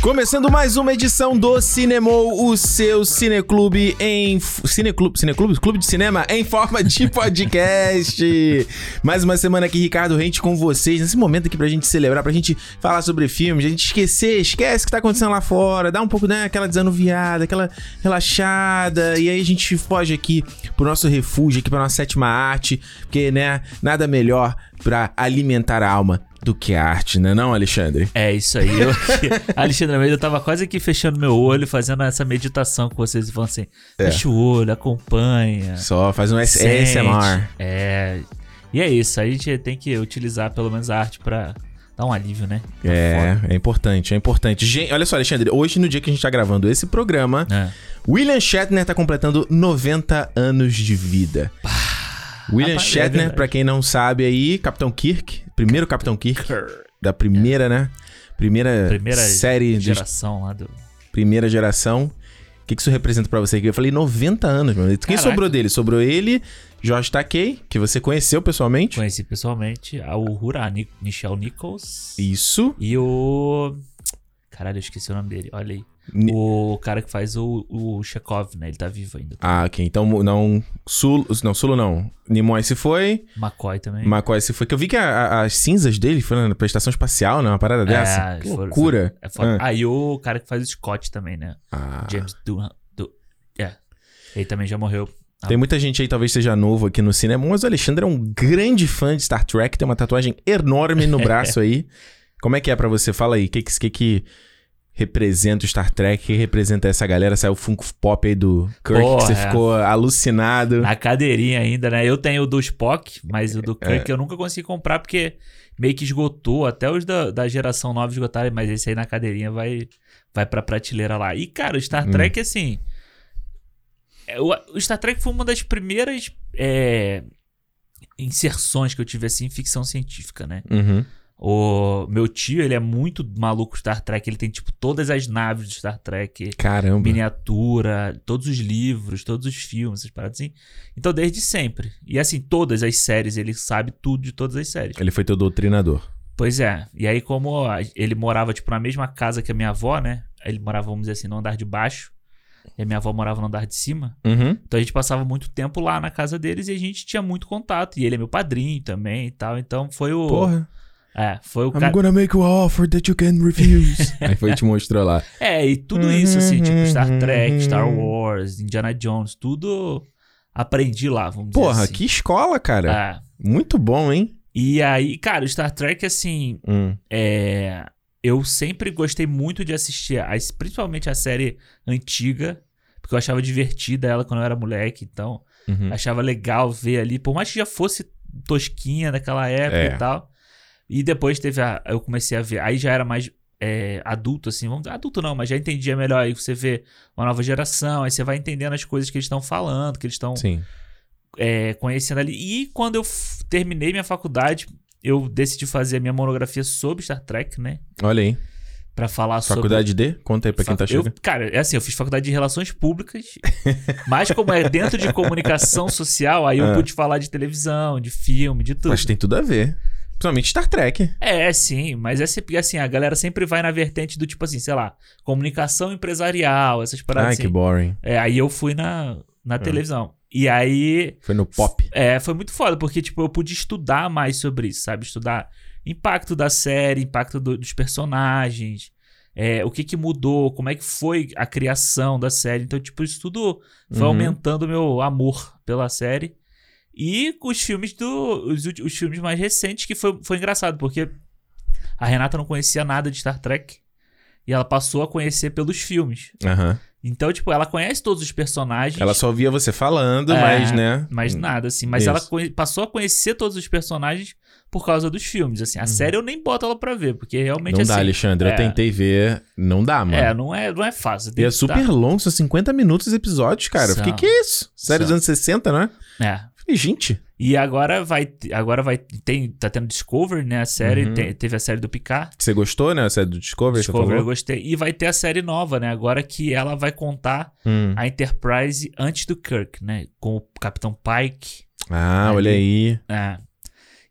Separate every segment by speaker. Speaker 1: Começando mais uma edição do Cinemou, o seu cineclube em... f- Cineclube, cineclube? Clube de cinema em forma de podcast. mais uma semana aqui, Ricardo Rente com vocês. Nesse momento aqui pra gente celebrar, pra gente falar sobre filmes, a gente esquecer, esquece o que tá acontecendo lá fora. Dá um pouco, né, aquela desanuviada, aquela relaxada. E aí a gente foge aqui pro nosso refúgio, aqui pra nossa sétima arte. Porque, né, nada melhor pra alimentar a alma do que a arte, né não, Alexandre?
Speaker 2: É isso aí. Eu aqui, Alexandre Almeida, eu tava quase aqui fechando meu olho, fazendo essa meditação com vocês e falando assim:
Speaker 1: É.
Speaker 2: fecha o olho, acompanha.
Speaker 1: Só faz um S-
Speaker 2: sente.
Speaker 1: ASMR.
Speaker 2: É. E é isso. A gente tem que utilizar pelo menos a arte pra dar um alívio, né? Tá
Speaker 1: É, é importante, é importante. Gente, olha só, Alexandre, hoje no dia que a gente tá gravando esse programa,
Speaker 2: foda. É.
Speaker 1: William Shatner tá completando 90 anos de vida. William
Speaker 2: rapaz, é
Speaker 1: Shatner,
Speaker 2: verdade.
Speaker 1: pra quem não sabe aí, Capitão Kirk, primeiro Capitão Kirk da primeira, né? Primeira,
Speaker 2: Primeira
Speaker 1: série de
Speaker 2: geração lá do.
Speaker 1: primeira geração. O que, que isso representa pra você? Eu falei 90 anos, mano. Quem
Speaker 2: Caraca.
Speaker 1: sobrou dele? Sobrou ele, Jorge Takei, que você conheceu pessoalmente.
Speaker 2: Conheci pessoalmente a Uhura, a Ni- Michelle Nichols.
Speaker 1: Isso.
Speaker 2: E o. Caralho, eu esqueci o nome dele. Olha aí.
Speaker 1: Ni-
Speaker 2: O cara que faz o, o Chekhov, né? Ele tá vivo ainda.
Speaker 1: Ah, ok. Então, não. Sul, não, Sulo não. Nimoy se foi.
Speaker 2: McCoy também.
Speaker 1: Macoy se foi. Que eu vi que a- a- as cinzas dele foram na prestação espacial, né? Uma parada dessa. Que
Speaker 2: É, foram-
Speaker 1: loucura.
Speaker 2: É foda.
Speaker 1: Ah.
Speaker 2: Aí o cara que faz o Scott também, né?
Speaker 1: Ah.
Speaker 2: James Dunham. Du... É. Ele também já morreu.
Speaker 1: Tem muita gente aí, talvez seja novo aqui no cinema, mas o Alexandre é um grande fã de Star Trek, tem uma tatuagem enorme no braço aí. Como é que é pra você? Fala aí, o que, que, que que representa o Star Trek? O que representa essa galera? Saiu o Funko Pop aí do Kirk, que
Speaker 2: Porra, Ah.
Speaker 1: você
Speaker 2: é.
Speaker 1: ficou alucinado.
Speaker 2: Na cadeirinha ainda, né? Eu tenho o do Spock, mas o do
Speaker 1: É.
Speaker 2: Kirk eu nunca consegui comprar porque meio que esgotou. Até os da, da geração nova esgotaram, mas esse aí na cadeirinha vai, vai pra prateleira lá. E, cara, o Star
Speaker 1: Hum.
Speaker 2: Trek, assim. é, O, o Star Trek foi uma das primeiras é, inserções que eu tive, assim, em ficção científica, né?
Speaker 1: Uhum.
Speaker 2: O meu tio, ele é muito maluco Star Trek. Ele tem, tipo, todas as naves do Star Trek,
Speaker 1: Caramba.
Speaker 2: miniatura, todos os livros, todos os filmes, essas paradas assim. Então, desde sempre. E, assim, todas as séries, ele sabe tudo de todas as séries.
Speaker 1: Ele foi teu doutrinador.
Speaker 2: Pois é. E aí, como a- ele morava, tipo, na mesma casa que a minha avó, né? Ele morava, vamos dizer assim, no andar de baixo. E a minha avó morava no andar de cima.
Speaker 1: Uhum.
Speaker 2: Então, a gente passava muito tempo lá na casa deles e a gente tinha muito contato. E ele é meu padrinho também e tal. Então, foi o...
Speaker 1: Porra.
Speaker 2: É, foi o
Speaker 1: I'm gonna make you an offer that you can refuse. aí foi e te mostrou lá.
Speaker 2: É, e tudo isso, assim,
Speaker 1: Uhum,
Speaker 2: tipo Star Trek, Star Wars, Indiana Jones, tudo aprendi lá, vamos
Speaker 1: Porra,
Speaker 2: dizer assim.
Speaker 1: que escola, cara.
Speaker 2: Ah,
Speaker 1: Muito bom, hein?
Speaker 2: e aí, cara, o Star Trek, assim,
Speaker 1: Hum.
Speaker 2: é, eu sempre gostei muito de assistir, as, principalmente a série antiga, porque eu achava divertida ela quando eu era moleque, então
Speaker 1: Uhum.
Speaker 2: achava legal ver ali, por mais que já fosse tosquinha naquela época
Speaker 1: É.
Speaker 2: e tal. E depois teve a, eu comecei a ver, aí já era mais é, adulto, assim, vamos adulto não, mas já entendia melhor. Aí você vê uma nova geração, aí você vai entendendo as coisas que eles estão falando, que eles estão
Speaker 1: Sim.
Speaker 2: é, conhecendo ali. E quando eu f- terminei minha faculdade, eu decidi fazer a minha monografia sobre Star Trek, né?
Speaker 1: Olha aí.
Speaker 2: Pra falar sobre
Speaker 1: Faculdade D? Conta aí pra quem tá
Speaker 2: Facu- eu-
Speaker 1: chegando.
Speaker 2: cara, é assim, eu fiz faculdade de relações públicas, mas como é dentro de comunicação social, aí eu
Speaker 1: Ah.
Speaker 2: pude falar de televisão, de filme, de tudo.
Speaker 1: Mas tem tudo a ver. Principalmente Star Trek.
Speaker 2: É, sim, mas é sempre assim, a galera sempre vai na vertente do tipo assim, sei lá, comunicação empresarial, essas
Speaker 1: Ai,
Speaker 2: paradas
Speaker 1: que É.
Speaker 2: assim.
Speaker 1: boring.
Speaker 2: É, aí eu fui na, na televisão. E aí,
Speaker 1: Foi no pop.
Speaker 2: é, foi muito foda, porque, tipo, eu pude estudar mais sobre isso, sabe? Estudar impacto da série, impacto do- dos personagens, é, o que que mudou, como é que foi a criação da série. Então, tipo, isso tudo foi
Speaker 1: Uhum.
Speaker 2: aumentando meu amor pela série. E com os filmes do. Os, ulti- os filmes mais recentes, que foi, foi engraçado, porque a Renata não conhecia nada de Star Trek. E ela passou a conhecer pelos filmes.
Speaker 1: Aham.
Speaker 2: Então, tipo, ela conhece todos os personagens.
Speaker 1: Ela só ouvia você falando,
Speaker 2: É,
Speaker 1: mas, né?
Speaker 2: Mas nada, assim. Mas
Speaker 1: Isso.
Speaker 2: ela conhe- passou a conhecer todos os personagens por causa dos filmes, assim. A série eu nem boto ela pra ver, porque realmente,
Speaker 1: Uhum. Não
Speaker 2: assim...
Speaker 1: dá, Alexandre. Eu
Speaker 2: é.
Speaker 1: tentei ver. Não dá, mano.
Speaker 2: É, não é, não é fácil.
Speaker 1: E
Speaker 2: tem
Speaker 1: é
Speaker 2: que dar-
Speaker 1: super longo, são 50 minutos os episódios, cara. O que
Speaker 2: São.
Speaker 1: que é isso? Série dos
Speaker 2: São.
Speaker 1: anos 60, né?
Speaker 2: É.
Speaker 1: Falei, gente.
Speaker 2: E agora vai... te- Agora vai... Tem, tá tendo Discovery, né? A série.
Speaker 1: Uhum.
Speaker 2: te- teve a série do Picard.
Speaker 1: Você gostou, né? A série do Discovery,
Speaker 2: Discovery, eu
Speaker 1: você falou?
Speaker 2: gostei. E vai ter a série nova, né? Agora que ela vai contar
Speaker 1: Hum.
Speaker 2: a Enterprise antes do Kirk, né? Com o Capitão Pike.
Speaker 1: Ah, olha aí.
Speaker 2: É.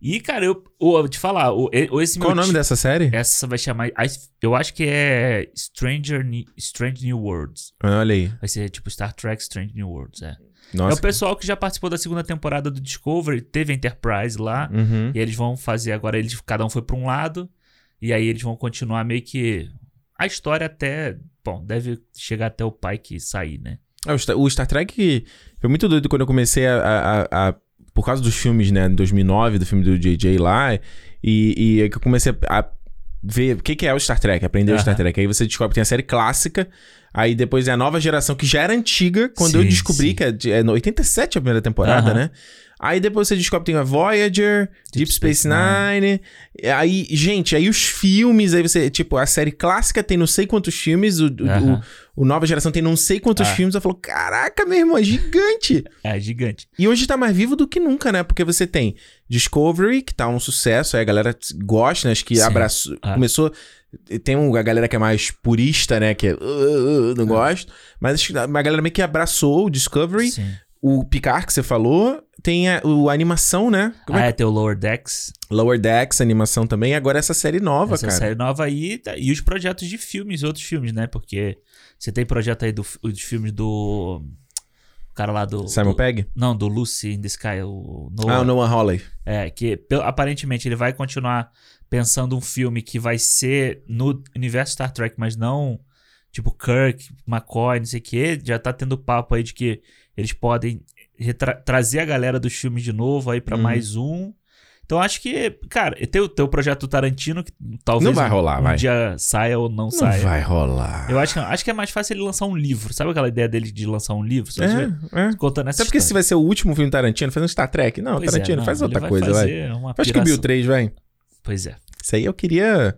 Speaker 2: E, cara, eu. Ô, vou te falar, o, e- o- esse
Speaker 1: Qual é o
Speaker 2: meu
Speaker 1: nome dessa série?
Speaker 2: Essa vai chamar. I- Eu acho que é Stranger, Ni- Strange New Worlds.
Speaker 1: Ah, Olha aí.
Speaker 2: Vai ser tipo Star Trek Strange New Worlds, é. é
Speaker 1: Nossa.
Speaker 2: o pessoal que já participou da segunda temporada do Discovery, teve a Enterprise lá.
Speaker 1: Uhum.
Speaker 2: E eles vão fazer agora, eles, cada um foi pra um lado. E aí eles vão continuar meio que. A história até. Bom, deve chegar até o pai que sair, né?
Speaker 1: É, o Star- o Star Trek foi muito doido quando eu comecei a. a- a- a- por causa dos filmes, né? Em 2009, do filme do JJ lá. E, e é que eu comecei a, a ver o que, que é o Star Trek, aprender o
Speaker 2: Aham.
Speaker 1: Star Trek. Aí você descobre que tem a série clássica. Aí depois é a nova geração, que já era antiga, quando eu
Speaker 2: Sim,
Speaker 1: descobri
Speaker 2: sim.
Speaker 1: que é, de- é no 87 a primeira temporada,
Speaker 2: Aham.
Speaker 1: né? Aí depois você descobre que tem a Voyager, Deep, Space Nine. É, Aí, gente, aí os filmes, aí você, tipo, a série clássica tem não sei quantos filmes, o, o-
Speaker 2: Aham.
Speaker 1: o, o Nova Geração tem não sei quantos
Speaker 2: Ah.
Speaker 1: filmes. Eu falo, caraca, meu irmão, é gigante.
Speaker 2: É gigante.
Speaker 1: e hoje tá mais vivo do que nunca, né? Porque você tem Discovery, que tá um sucesso, aí a galera gosta, né? Acho que
Speaker 2: Sim.
Speaker 1: abraçou,
Speaker 2: Ah.
Speaker 1: começou. Tem um- a galera que é mais purista, né? Que é, "Uh, uh, uh, não gosto. Mas acho que a galera meio que abraçou o Discovery,
Speaker 2: Sim.
Speaker 1: o Picard que você falou, tem a, o- a animação, né? Como é
Speaker 2: Ah, é, tem o Lower Decks.
Speaker 1: Lower Decks, animação também. E agora essa série nova,
Speaker 2: essa
Speaker 1: cara.
Speaker 2: série nova aí. tá- E os projetos de filmes, outros filmes, né? Porque você tem projeto aí do, f- dos filmes do. O cara lá do.
Speaker 1: Simon
Speaker 2: do-
Speaker 1: Pegg?
Speaker 2: Não, do Lucy in the Sky, o
Speaker 1: Ah,
Speaker 2: Noah.
Speaker 1: o Noah Hawley.
Speaker 2: É, que pe- aparentemente ele vai continuar pensando um filme que vai ser no universo Star Trek, mas não tipo Kirk, McCoy, não sei o quê. Já tá tendo papo aí de que eles podem retra- trazer a galera dos filmes de novo aí pra
Speaker 1: Uhum.
Speaker 2: mais um. Então acho que, cara, tem o teu projeto Tarantino que talvez
Speaker 1: Não vai
Speaker 2: um-
Speaker 1: rolar,
Speaker 2: um
Speaker 1: vai.
Speaker 2: dia saia ou não,
Speaker 1: Não
Speaker 2: saia.
Speaker 1: vai rolar.
Speaker 2: Eu acho que, acho que é mais fácil ele lançar um livro. Sabe aquela ideia dele de lançar um livro? Só você-
Speaker 1: É, é.
Speaker 2: Contando essa
Speaker 1: Até porque
Speaker 2: história.
Speaker 1: se vai ser o último filme do Tarantino, faz um Star Trek. Não,
Speaker 2: Pois é,
Speaker 1: Tarantino,
Speaker 2: não,
Speaker 1: faz
Speaker 2: ele
Speaker 1: outra
Speaker 2: vai
Speaker 1: coisa, vai.
Speaker 2: fazer Uma
Speaker 1: Faz que o Bill
Speaker 2: piração.
Speaker 1: 3, vai.
Speaker 2: Pois é.
Speaker 1: Isso aí eu queria...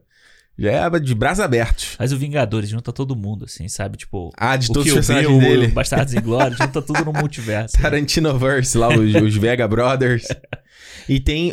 Speaker 1: Já é de braços abertos.
Speaker 2: Faz o Vingadores, junta todo mundo, assim, sabe? Tipo,
Speaker 1: Ah, de
Speaker 2: o
Speaker 1: todos os
Speaker 2: Kill
Speaker 1: personagens
Speaker 2: Bill,
Speaker 1: dele.
Speaker 2: o Bastardos em Glória, junta tudo no multiverso. né?
Speaker 1: Tarantinoverse, lá os, os Vega Brothers. E tem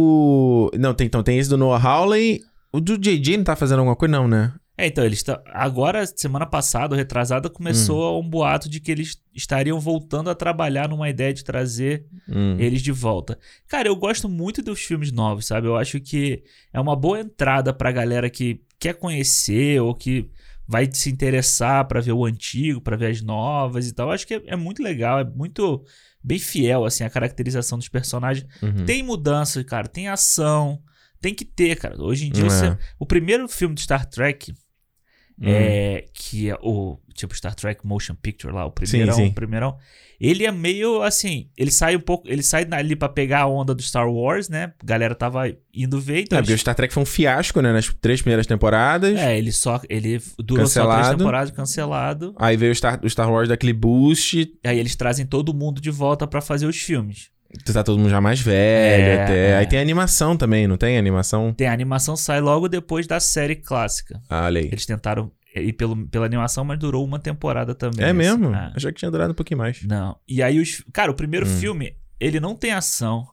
Speaker 1: o... Não, tem, então, tem esse do Noah Hawley. O do JJ não tá fazendo alguma coisa, não, né?
Speaker 2: É, então, eles estão. Agora, semana passada, ou retrasada,
Speaker 1: Hum.
Speaker 2: começou um boato de que eles estariam voltando a trabalhar numa ideia de trazer
Speaker 1: Hum.
Speaker 2: eles de volta. Cara, eu gosto muito dos filmes novos, sabe? Eu acho que é uma boa entrada pra galera que quer conhecer ou que vai se interessar pra ver o antigo, pra ver as novas e tal. Eu acho que é, é muito legal, é muito bem fiel, assim, a caracterização dos personagens.
Speaker 1: Uhum.
Speaker 2: Tem mudança, cara. Tem ação. Tem que ter, cara. Hoje em dia,
Speaker 1: É.
Speaker 2: você- o primeiro filme do Star Trek
Speaker 1: Hum.
Speaker 2: é que é o tipo Star Trek Motion Picture lá, o primeirão,
Speaker 1: sim.
Speaker 2: o primeirão. Ele é meio assim, ele sai um pouco, ele sai ali pra pegar a onda do Star Wars, né? A galera tava indo ver,
Speaker 1: É,
Speaker 2: então
Speaker 1: porque o
Speaker 2: eles-
Speaker 1: Star Trek foi um fiasco, né? Nas três primeiras temporadas.
Speaker 2: é, ele só ele durou só
Speaker 1: Cancelado.
Speaker 2: três temporadas cancelado.
Speaker 1: Aí veio o Star, o Star Wars daquele boost.
Speaker 2: Aí eles trazem todo mundo de volta pra fazer os filmes.
Speaker 1: Tá todo mundo já mais velho
Speaker 2: É,
Speaker 1: até.
Speaker 2: é.
Speaker 1: Aí tem animação também, não tem animação?
Speaker 2: Tem a animação sai logo depois da série clássica.
Speaker 1: Ah, olha aí.
Speaker 2: Eles tentaram é, ir pelo, pela animação, mas durou uma temporada também.
Speaker 1: É
Speaker 2: assim.
Speaker 1: mesmo?
Speaker 2: Ah.
Speaker 1: Achei que tinha durado um pouquinho mais.
Speaker 2: Não. E aí os. Cara, o primeiro
Speaker 1: Hum.
Speaker 2: filme, ele não tem ação.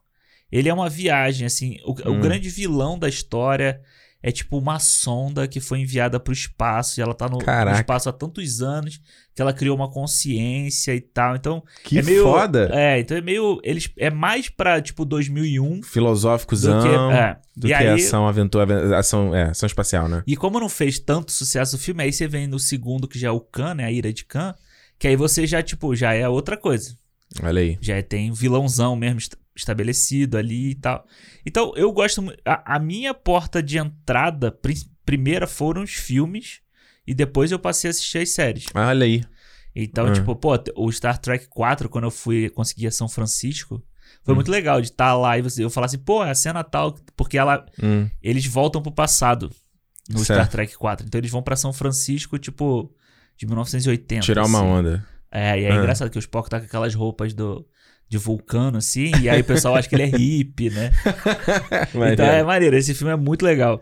Speaker 2: Ele é uma viagem, assim. O, o
Speaker 1: Hum.
Speaker 2: grande vilão da história é tipo uma sonda que foi enviada pro espaço. E ela tá no, no
Speaker 1: Caraca.
Speaker 2: espaço há tantos anos que ela criou uma consciência e tal. Então.
Speaker 1: Que
Speaker 2: é meio,
Speaker 1: foda!
Speaker 2: É, então é meio. Eles, é mais pra, tipo, 2001
Speaker 1: é, Filosóficozão.
Speaker 2: do que. É.
Speaker 1: Do
Speaker 2: e
Speaker 1: que
Speaker 2: aí.
Speaker 1: ação, aventura, ação, é, ação espacial, né?
Speaker 2: E como não fez tanto sucesso o filme, aí você vem no segundo, que já é o Khan, né? A Ira de Khan. Que aí você já, tipo, já é outra coisa.
Speaker 1: Olha aí.
Speaker 2: já tem um vilãozão mesmo est- estabelecido ali e tal. Então, eu gosto. mu- A, a minha porta de entrada prin- primeira foram os filmes. E depois eu passei a assistir as séries.
Speaker 1: Olha aí.
Speaker 2: Então,
Speaker 1: Ah.
Speaker 2: tipo, pô, t- o Star Trek 4, quando eu fui conseguir São Francisco, foi
Speaker 1: Hum.
Speaker 2: muito legal de estar lá e você, eu falar assim, pô, é a cena tal, porque ela,
Speaker 1: Hum.
Speaker 2: eles voltam pro passado no Star
Speaker 1: Certo.
Speaker 2: Trek 4. Então eles vão pra São Francisco, tipo, de 1980.
Speaker 1: Tirar uma
Speaker 2: assim.
Speaker 1: onda.
Speaker 2: É, e é
Speaker 1: Ah.
Speaker 2: engraçado que o Spock tá com aquelas roupas do, de vulcano, assim, e aí o pessoal acha que ele é hippie, né?
Speaker 1: Maneiro.
Speaker 2: Então é maneiro, esse filme é muito legal.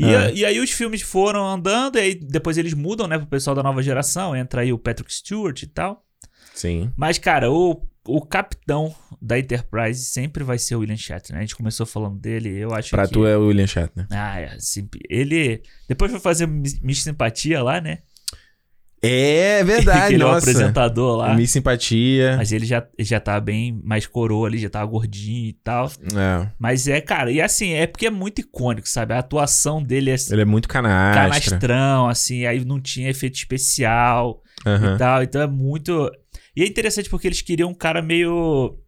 Speaker 2: E,
Speaker 1: Ah.
Speaker 2: e aí os filmes foram andando, e aí depois eles mudam, né, pro pessoal da nova geração, entra aí o Patrick Stewart e tal.
Speaker 1: Sim.
Speaker 2: Mas, cara, o, o capitão da Enterprise sempre vai ser o William Shatner, né? A gente começou falando dele, eu acho
Speaker 1: Pra
Speaker 2: que...
Speaker 1: tu é o William Shatner.
Speaker 2: Ah, é, assim, ele... Depois foi fazer Miss Miss Simpatia lá, né?
Speaker 1: É
Speaker 2: que
Speaker 1: verdade,
Speaker 2: ele é o
Speaker 1: nossa.
Speaker 2: apresentador lá.
Speaker 1: Miss Simpatia.
Speaker 2: Mas ele já, já tá bem mais coroa ali, já tava gordinho e tal.
Speaker 1: É.
Speaker 2: Mas é, cara, e assim, é porque é muito icônico, sabe? A atuação dele é assim,
Speaker 1: Ele é muito canastra.
Speaker 2: canastrão, assim, aí não tinha efeito especial
Speaker 1: Aham.
Speaker 2: e tal. Então é muito. E é interessante porque eles queriam um cara meio.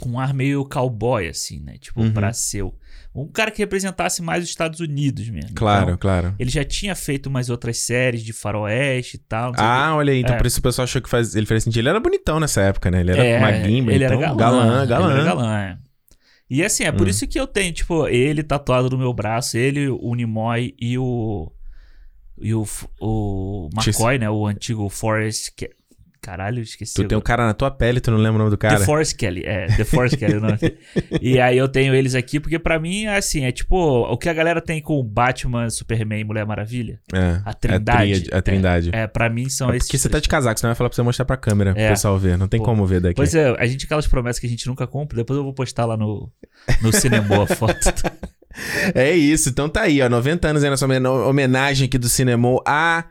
Speaker 2: com um ar meio cowboy, assim, né? Tipo,
Speaker 1: Uhum.
Speaker 2: pra ser o- Um cara que representasse mais os Estados Unidos mesmo.
Speaker 1: Claro,
Speaker 2: Então,
Speaker 1: claro.
Speaker 2: ele já tinha feito umas outras séries de faroeste e tal. não sei o quê.
Speaker 1: Ah, olha aí. Então
Speaker 2: É.
Speaker 1: por isso o pessoal achou que faz... ele fez sentido. Ele era bonitão nessa época, né? Ele era
Speaker 2: É,
Speaker 1: magrinho,
Speaker 2: ele era
Speaker 1: bonitão. galã.
Speaker 2: galã,
Speaker 1: galã.
Speaker 2: Ele era galã, é. E assim, é por
Speaker 1: Hum.
Speaker 2: isso que eu tenho, tipo, ele tatuado no meu braço, ele, o Nimoy e o. E o, F- o McCoy, né? O antigo Forrest. Ke- Caralho, eu esqueci.
Speaker 1: Tu tem um
Speaker 2: agora.
Speaker 1: cara na tua pele, tu não lembra o nome do cara.
Speaker 2: The Force Kelly, é, The Force Kelly. Não. E aí eu tenho eles aqui, porque pra mim, é assim, é tipo o que a galera tem com Batman, Superman e Mulher Maravilha.
Speaker 1: É.
Speaker 2: A Trindade.
Speaker 1: A, tríade- a Trindade.
Speaker 2: É, pra mim são
Speaker 1: É
Speaker 2: esses.
Speaker 1: porque você tá
Speaker 2: três.
Speaker 1: de casaco, senão eu ia falar pra você mostrar pra câmera,
Speaker 2: É.
Speaker 1: pro pessoal ver. Não tem
Speaker 2: Pô.
Speaker 1: como ver daqui.
Speaker 2: Pois é, a gente aquelas promessas que a gente nunca cumpre, depois eu vou postar lá no, no cinema a foto.
Speaker 1: É isso, então tá aí, ó. 90 anos aí nossa homen- homenagem aqui do Cinemol a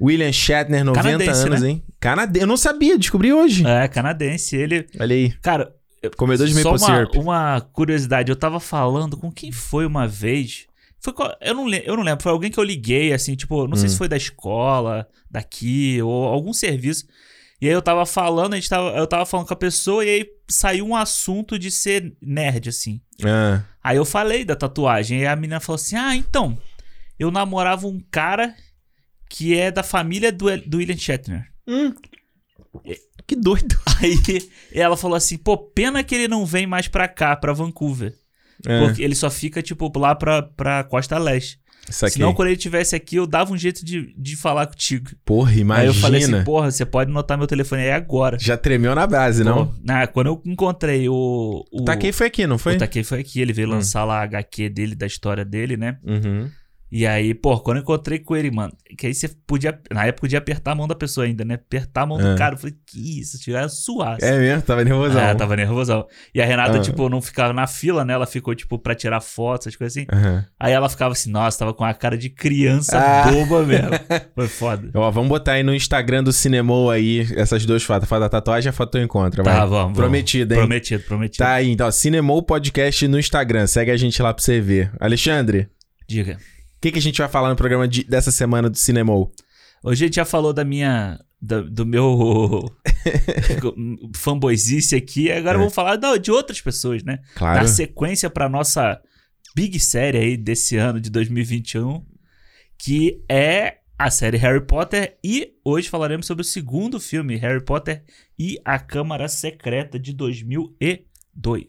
Speaker 1: William Shatner, 90
Speaker 2: Canadense, né?
Speaker 1: anos, hein? Canadense. Eu não sabia, descobri hoje.
Speaker 2: É, canadense. Ele.
Speaker 1: Olha aí.
Speaker 2: Cara,
Speaker 1: Comedor de
Speaker 2: só
Speaker 1: maple
Speaker 2: É. uma,
Speaker 1: syrup.
Speaker 2: uma curiosidade. Eu tava falando com quem foi uma vez. Foi qual- eu, não, le- eu não lembro. Foi alguém que eu liguei, assim, tipo, não sei
Speaker 1: Hum.
Speaker 2: se foi da escola, daqui, ou algum serviço. E aí eu tava falando, a gente tava, eu tava falando com a pessoa e aí saiu um assunto de ser nerd, assim.
Speaker 1: Ah,
Speaker 2: Aí eu falei da tatuagem. E a menina falou assim: Ah, então, eu namorava um cara que é da família do, do William Shatner.
Speaker 1: Hum. que doido.
Speaker 2: Aí ela falou assim: pô, pena que ele não vem mais pra cá, pra Vancouver.
Speaker 1: É,
Speaker 2: Porque ele só fica, tipo, lá pra, pra Costa Leste.
Speaker 1: isso aqui.
Speaker 2: Senão, quando ele estivesse aqui, eu dava um jeito de, de falar contigo.
Speaker 1: Porra,
Speaker 2: Aí
Speaker 1: imagina.
Speaker 2: eu falei assim: porra, você pode anotar meu telefone aí agora.
Speaker 1: Já tremeu na base, não?
Speaker 2: Pô, na- quando eu encontrei o. O
Speaker 1: O Taquei foi aqui, não foi?
Speaker 2: O Takei foi aqui, ele veio
Speaker 1: Hum.
Speaker 2: lançar lá a HQ dele, da história dele, né?
Speaker 1: Uhum.
Speaker 2: E aí, pô, quando eu encontrei com ele, mano, que aí você podia. Na época podia apertar a mão da pessoa ainda, né? Apertar a mão
Speaker 1: É.
Speaker 2: do cara. Eu falei, que isso, tirar suar.
Speaker 1: É mesmo? Tava nervosão.
Speaker 2: É, tava nervosão. E a Renata,
Speaker 1: Ah.
Speaker 2: tipo, não ficava na fila, né? Ela ficou, tipo, pra tirar foto, essas coisas assim.
Speaker 1: Aham.
Speaker 2: Aí ela ficava assim, nossa, tava com a cara de criança
Speaker 1: Ah.
Speaker 2: boba mesmo. Foi foda.
Speaker 1: Ó, vamos botar aí no Instagram do Cinemol aí essas duas fotos. A foto da tatuagem e a foto do encontro, vai.
Speaker 2: Tá, vamos.
Speaker 1: Prometido, hein?
Speaker 2: Prometido, prometido.
Speaker 1: Tá aí, então. Cinemol Podcast no Instagram. Segue a gente lá pra você ver. Alexandre,
Speaker 2: Diga.
Speaker 1: O que, que a gente vai falar no programa de- dessa semana do Cinemol?
Speaker 2: Hoje a gente já falou da minha. da- do meu. fanboyzice aqui. Agora
Speaker 1: É.
Speaker 2: vamos falar da- de outras pessoas, né?
Speaker 1: Claro.
Speaker 2: Dar sequência pra nossa big série aí desse ano de 2021, que é a série Harry Potter e hoje falaremos sobre o segundo filme Harry Potter e a Câmara Secreta de 2002.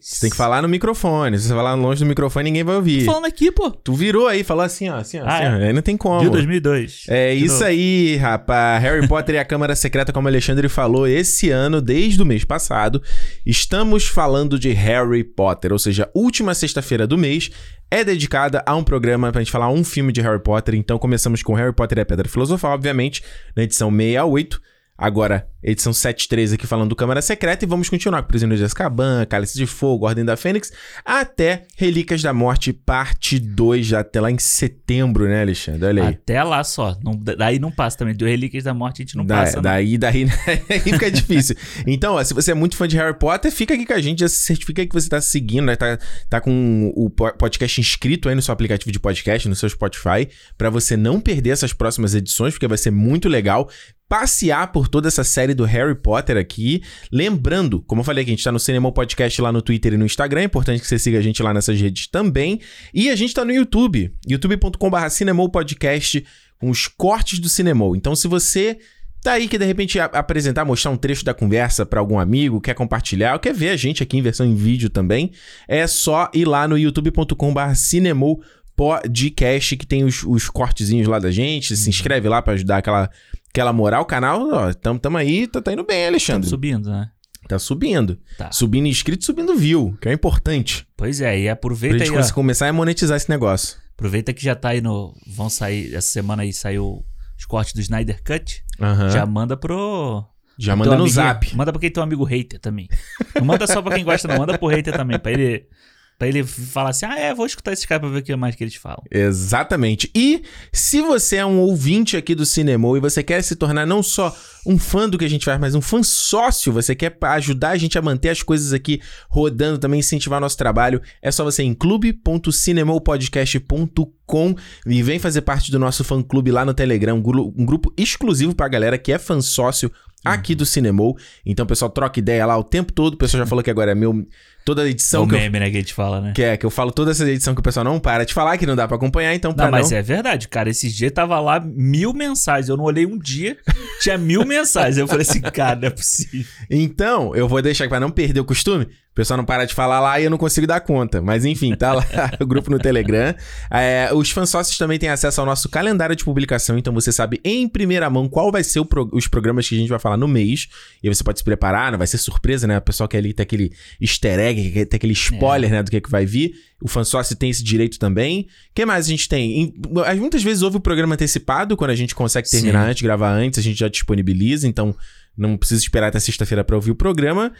Speaker 1: Você tem que falar no microfone. Se você falar longe do microfone, ninguém vai
Speaker 2: Tô
Speaker 1: ouvir.
Speaker 2: falando aqui, pô.
Speaker 1: Tu virou aí, falou assim, ó, assim, ó,
Speaker 2: Ah,
Speaker 1: assim, ó. Aí não tem como.
Speaker 2: De 2002.
Speaker 1: É
Speaker 2: De
Speaker 1: isso
Speaker 2: novo.
Speaker 1: aí, rapaz. Harry Potter e a Câmara Secreta, como o Alexandre falou, esse ano, desde o mês passado, estamos falando de Harry Potter, ou seja, a última sexta-feira do mês é dedicada a um programa pra gente falar um filme de Harry Potter. Então começamos com Harry Potter e a Pedra Filosofal, obviamente, na edição 668. Agora, edição 73 aqui falando do Câmara Secreta e vamos continuar com Prisioneiros de Azkaban, Cálice de Fogo, Ordem da Fênix, até Relíquias da Morte, parte 2, até lá em setembro, né, Alexandre? Olha aí.
Speaker 2: Até lá só. Não, daí não passa também. Do Relíquias da Morte a gente não
Speaker 1: Da-
Speaker 2: passa. né? não.
Speaker 1: daí, daí, daí fica difícil. Então, ó, se você é muito fã de Harry Potter, fica aqui com a gente, já se certifica que você tá seguindo, né? Tá, tá com o po- podcast inscrito aí no seu aplicativo de podcast, no seu Spotify, pra você não perder essas próximas edições, porque vai ser muito legal passear por toda essa série do Harry Potter aqui. Lembrando, como eu falei que a gente tá no Cinema Podcast lá no Twitter e no Instagram, é importante que você siga a gente lá nessas redes também. E a gente tá no YouTube, youtube.com.br cinemopodcast com os cortes do Cinemol. Então, se você tá aí que de repente a- apresentar, mostrar um trecho da conversa pra algum amigo, quer compartilhar, ou quer ver a gente aqui em versão em vídeo também, é só ir lá no youtube.com.br cinemol podcast que tem os, os cortezinhos lá da gente,
Speaker 2: Uhum.
Speaker 1: se inscreve lá pra ajudar aquela aquela moral, o canal, ó, tamo, tamo aí, tá, tá indo bem,
Speaker 2: Tá
Speaker 1: Alexandre.
Speaker 2: subindo, né?
Speaker 1: Tá subindo.
Speaker 2: Tá.
Speaker 1: Subindo inscrito, subindo view, que é importante.
Speaker 2: Pois é, e
Speaker 1: Pra
Speaker 2: aproveita aí.
Speaker 1: gente
Speaker 2: ó.
Speaker 1: cons- começar a monetizar esse negócio.
Speaker 2: Aproveita que já tá aí no. Vão sair. Essa semana aí saiu os cortes do Snyder Cut.
Speaker 1: Aham.
Speaker 2: Já
Speaker 1: Já,
Speaker 2: manda pro.
Speaker 1: manda no
Speaker 2: teu amiguinho.
Speaker 1: zap.
Speaker 2: Manda pra quem tem um amigo hater também. Não manda só pra quem gosta, não. Manda pro hater também, pra ele Pra ele falar assim, ah, é, vou escutar esse cara pra ver o que mais que eles falam.
Speaker 1: Exatamente. E se você é um ouvinte aqui do Cinemol e você quer se tornar não só um fã do que a gente faz, mas um fã sócio, você quer ajudar a gente a manter as coisas aqui rodando, também incentivar nosso trabalho, é só você ir em clube.cinemolpodcast.com e vem fazer parte do nosso fã clube lá no Telegram, um gru- um grupo exclusivo pra galera que é fã sócio
Speaker 2: Uhum.
Speaker 1: aqui do Cinemol. Então, pessoal, troca ideia lá o tempo todo. O pessoal já falou que agora é meu toda edição
Speaker 2: o
Speaker 1: é um que eu
Speaker 2: meme, né, que a gente fala, né?
Speaker 1: que é, que eu falo toda essa edição que o pessoal não para de falar, que não dá pra acompanhar, então pra
Speaker 2: Não, mas
Speaker 1: não...
Speaker 2: é verdade, cara. Esses dias tava lá mil mensagens. Eu não olhei um dia, tinha mil mensagens. Eu falei assim, cara, não é possível.
Speaker 1: Então, eu vou deixar pra não perder o costume, o pessoal não para de falar lá e eu não consigo dar conta. Mas enfim, tá lá o grupo no Telegram. É, os fãs sócios também têm acesso ao nosso calendário de publicação, então você sabe em primeira mão qual vai ser o pro- os programas que a gente vai falar no mês. E aí você pode se preparar, não vai ser surpresa, né? O pessoal quer ali ter aquele easter egg, quer ter aquele spoiler, né, do que, é que vai vir. O fã sócio tem esse direito também. O que mais a gente tem? Em- muitas vezes houve o programa antecipado, quando a gente consegue terminar antes, gravar antes, a gente já disponibiliza, então não precisa esperar até sexta-feira pra ouvir o programa.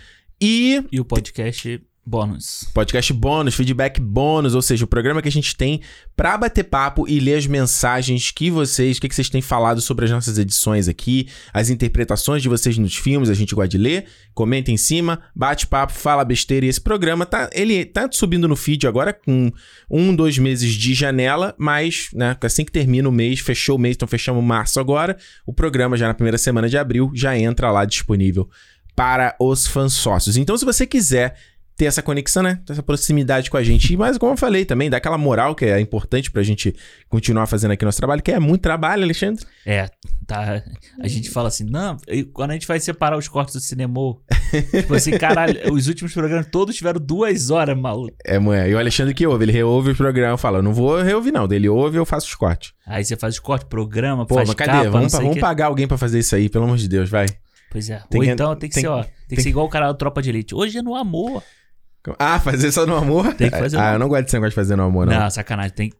Speaker 1: E
Speaker 2: E o podcast bônus.
Speaker 1: Podcast bônus, feedback bônus, ou seja, o programa que a gente tem pra bater papo e ler as mensagens que vocês, o que, que vocês têm falado sobre as nossas edições aqui, as interpretações de vocês nos filmes, a gente gosta de ler, comenta em cima, bate papo, fala besteira. E esse programa tá, ele tá subindo no feed agora com um, dois meses de janela, mas né, assim que termina o mês, fechou o mês, então fechamos março agora, o programa já na primeira semana de abril já entra lá disponível para os fãs sócios. Então, se você quiser ter essa conexão, né? Ter essa proximidade com a gente. E mais, como eu falei também, dar aquela moral que é importante pra gente continuar fazendo aqui nosso trabalho, que é muito trabalho, Alexandre.
Speaker 2: É, tá. A gente fala assim, não, e quando a gente vai separar os cortes do cinema, tipo assim, caralho, os últimos programas todos tiveram duas horas, maluco.
Speaker 1: É, mulher. E o Alexandre que ouve, ele reouve o programa, fala, eu não vou reouvir não, dele ouve, eu faço os cortes.
Speaker 2: Aí você faz os cortes, programa,
Speaker 1: Pô,
Speaker 2: faz
Speaker 1: mas cadê?
Speaker 2: capa, não
Speaker 1: vamos
Speaker 2: sei
Speaker 1: pa-
Speaker 2: o
Speaker 1: vamos
Speaker 2: quê.
Speaker 1: pagar alguém pra fazer isso aí, pelo amor de Deus, vai.
Speaker 2: Pois é.
Speaker 1: Tem
Speaker 2: Ou
Speaker 1: que-
Speaker 2: então tem que
Speaker 1: tem-
Speaker 2: ser, ó, tem, que ser igual o cara da Tropa de Elite. Hoje é no amor.
Speaker 1: Ah, fazer só no amor?
Speaker 2: Tem que fazer no
Speaker 1: Ah, eu não gosto desse negócio de fazer no amor, não.
Speaker 2: Não, sacanagem. Tem...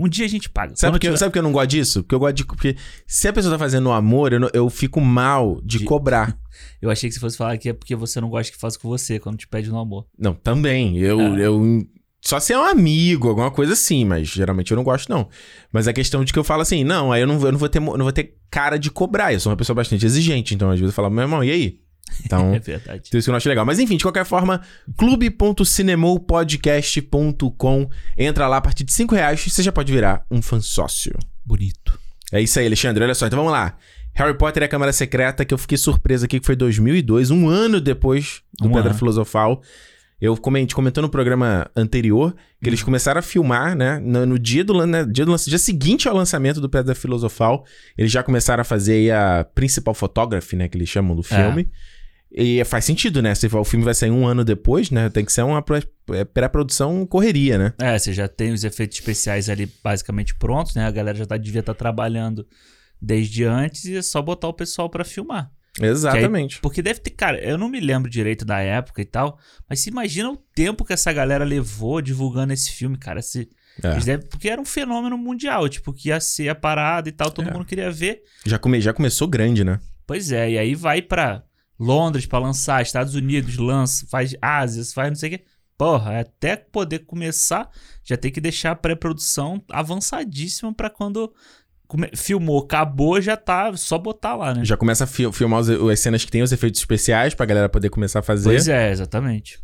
Speaker 2: Um dia a gente paga.
Speaker 1: Sabe
Speaker 2: Quando
Speaker 1: por que,
Speaker 2: tiver-
Speaker 1: sabe por que eu não gosto disso? Porque eu gosto de. Porque se a pessoa tá fazendo no amor, eu, não- eu fico mal de,
Speaker 2: De-
Speaker 1: cobrar.
Speaker 2: Eu achei que você fosse falar que é porque você não gosta que faça com você quando te pede no amor.
Speaker 1: Não, também. Eu,
Speaker 2: Ah.
Speaker 1: eu. Só se é um amigo, alguma coisa assim, mas geralmente eu não gosto, não. Mas a questão de que eu falo assim, não, aí eu não, eu não, vou, ter, mo- não vou ter cara de cobrar. Eu sou uma pessoa bastante exigente, então às vezes eu falo, meu irmão, e aí? Então.
Speaker 2: É verdade.
Speaker 1: Então, isso que eu não acho legal. Mas enfim, de qualquer forma, clube.cinemopodcast.com. Entra lá a partir de 5 reais você já pode virar um fã sócio.
Speaker 2: Bonito.
Speaker 1: É isso aí, Alexandre. Olha só, então vamos lá. Harry Potter e a Câmara Secreta, que eu fiquei surpreso aqui, que foi 2002, um ano depois do
Speaker 2: Um
Speaker 1: Pedra
Speaker 2: ano.
Speaker 1: Filosofal. Eu comente, comentou no programa anterior que eles começaram a filmar, né? No, no dia, do, lan- né, dia do lan- dia seguinte ao lançamento do Pedra Filosofal, eles já começaram a fazer aí a principal fotógrafa, né? Que eles chamam do
Speaker 2: É.
Speaker 1: filme. E faz sentido, né? Se o filme vai sair um ano depois, né? Tem que ser uma pré- pré-produção correria, né?
Speaker 2: É, você já tem os efeitos especiais ali basicamente prontos, né? A galera já tá, devia estar trabalhando desde antes e é só botar o pessoal pra filmar.
Speaker 1: Exatamente.
Speaker 2: Porque deve ter, cara, eu não me lembro direito da época e tal, mas se imagina o tempo que essa galera levou divulgando esse filme, cara. Se,
Speaker 1: É.
Speaker 2: eles devem- porque era um fenômeno mundial, tipo, que ia ser a parada e tal, todo
Speaker 1: É.
Speaker 2: mundo queria ver.
Speaker 1: Já, come, já começou grande, né?
Speaker 2: Pois é, e aí vai pra Londres pra lançar, Estados Unidos lança, faz Ásia, faz não sei o quê. Porra, até poder começar, já tem que deixar a pré-produção avançadíssima pra quando come- filmou, acabou, já tá só botar lá, né?
Speaker 1: Já começa a fi- filmar os- as cenas que tem os efeitos especiais pra galera poder começar a fazer.
Speaker 2: Pois é, exatamente.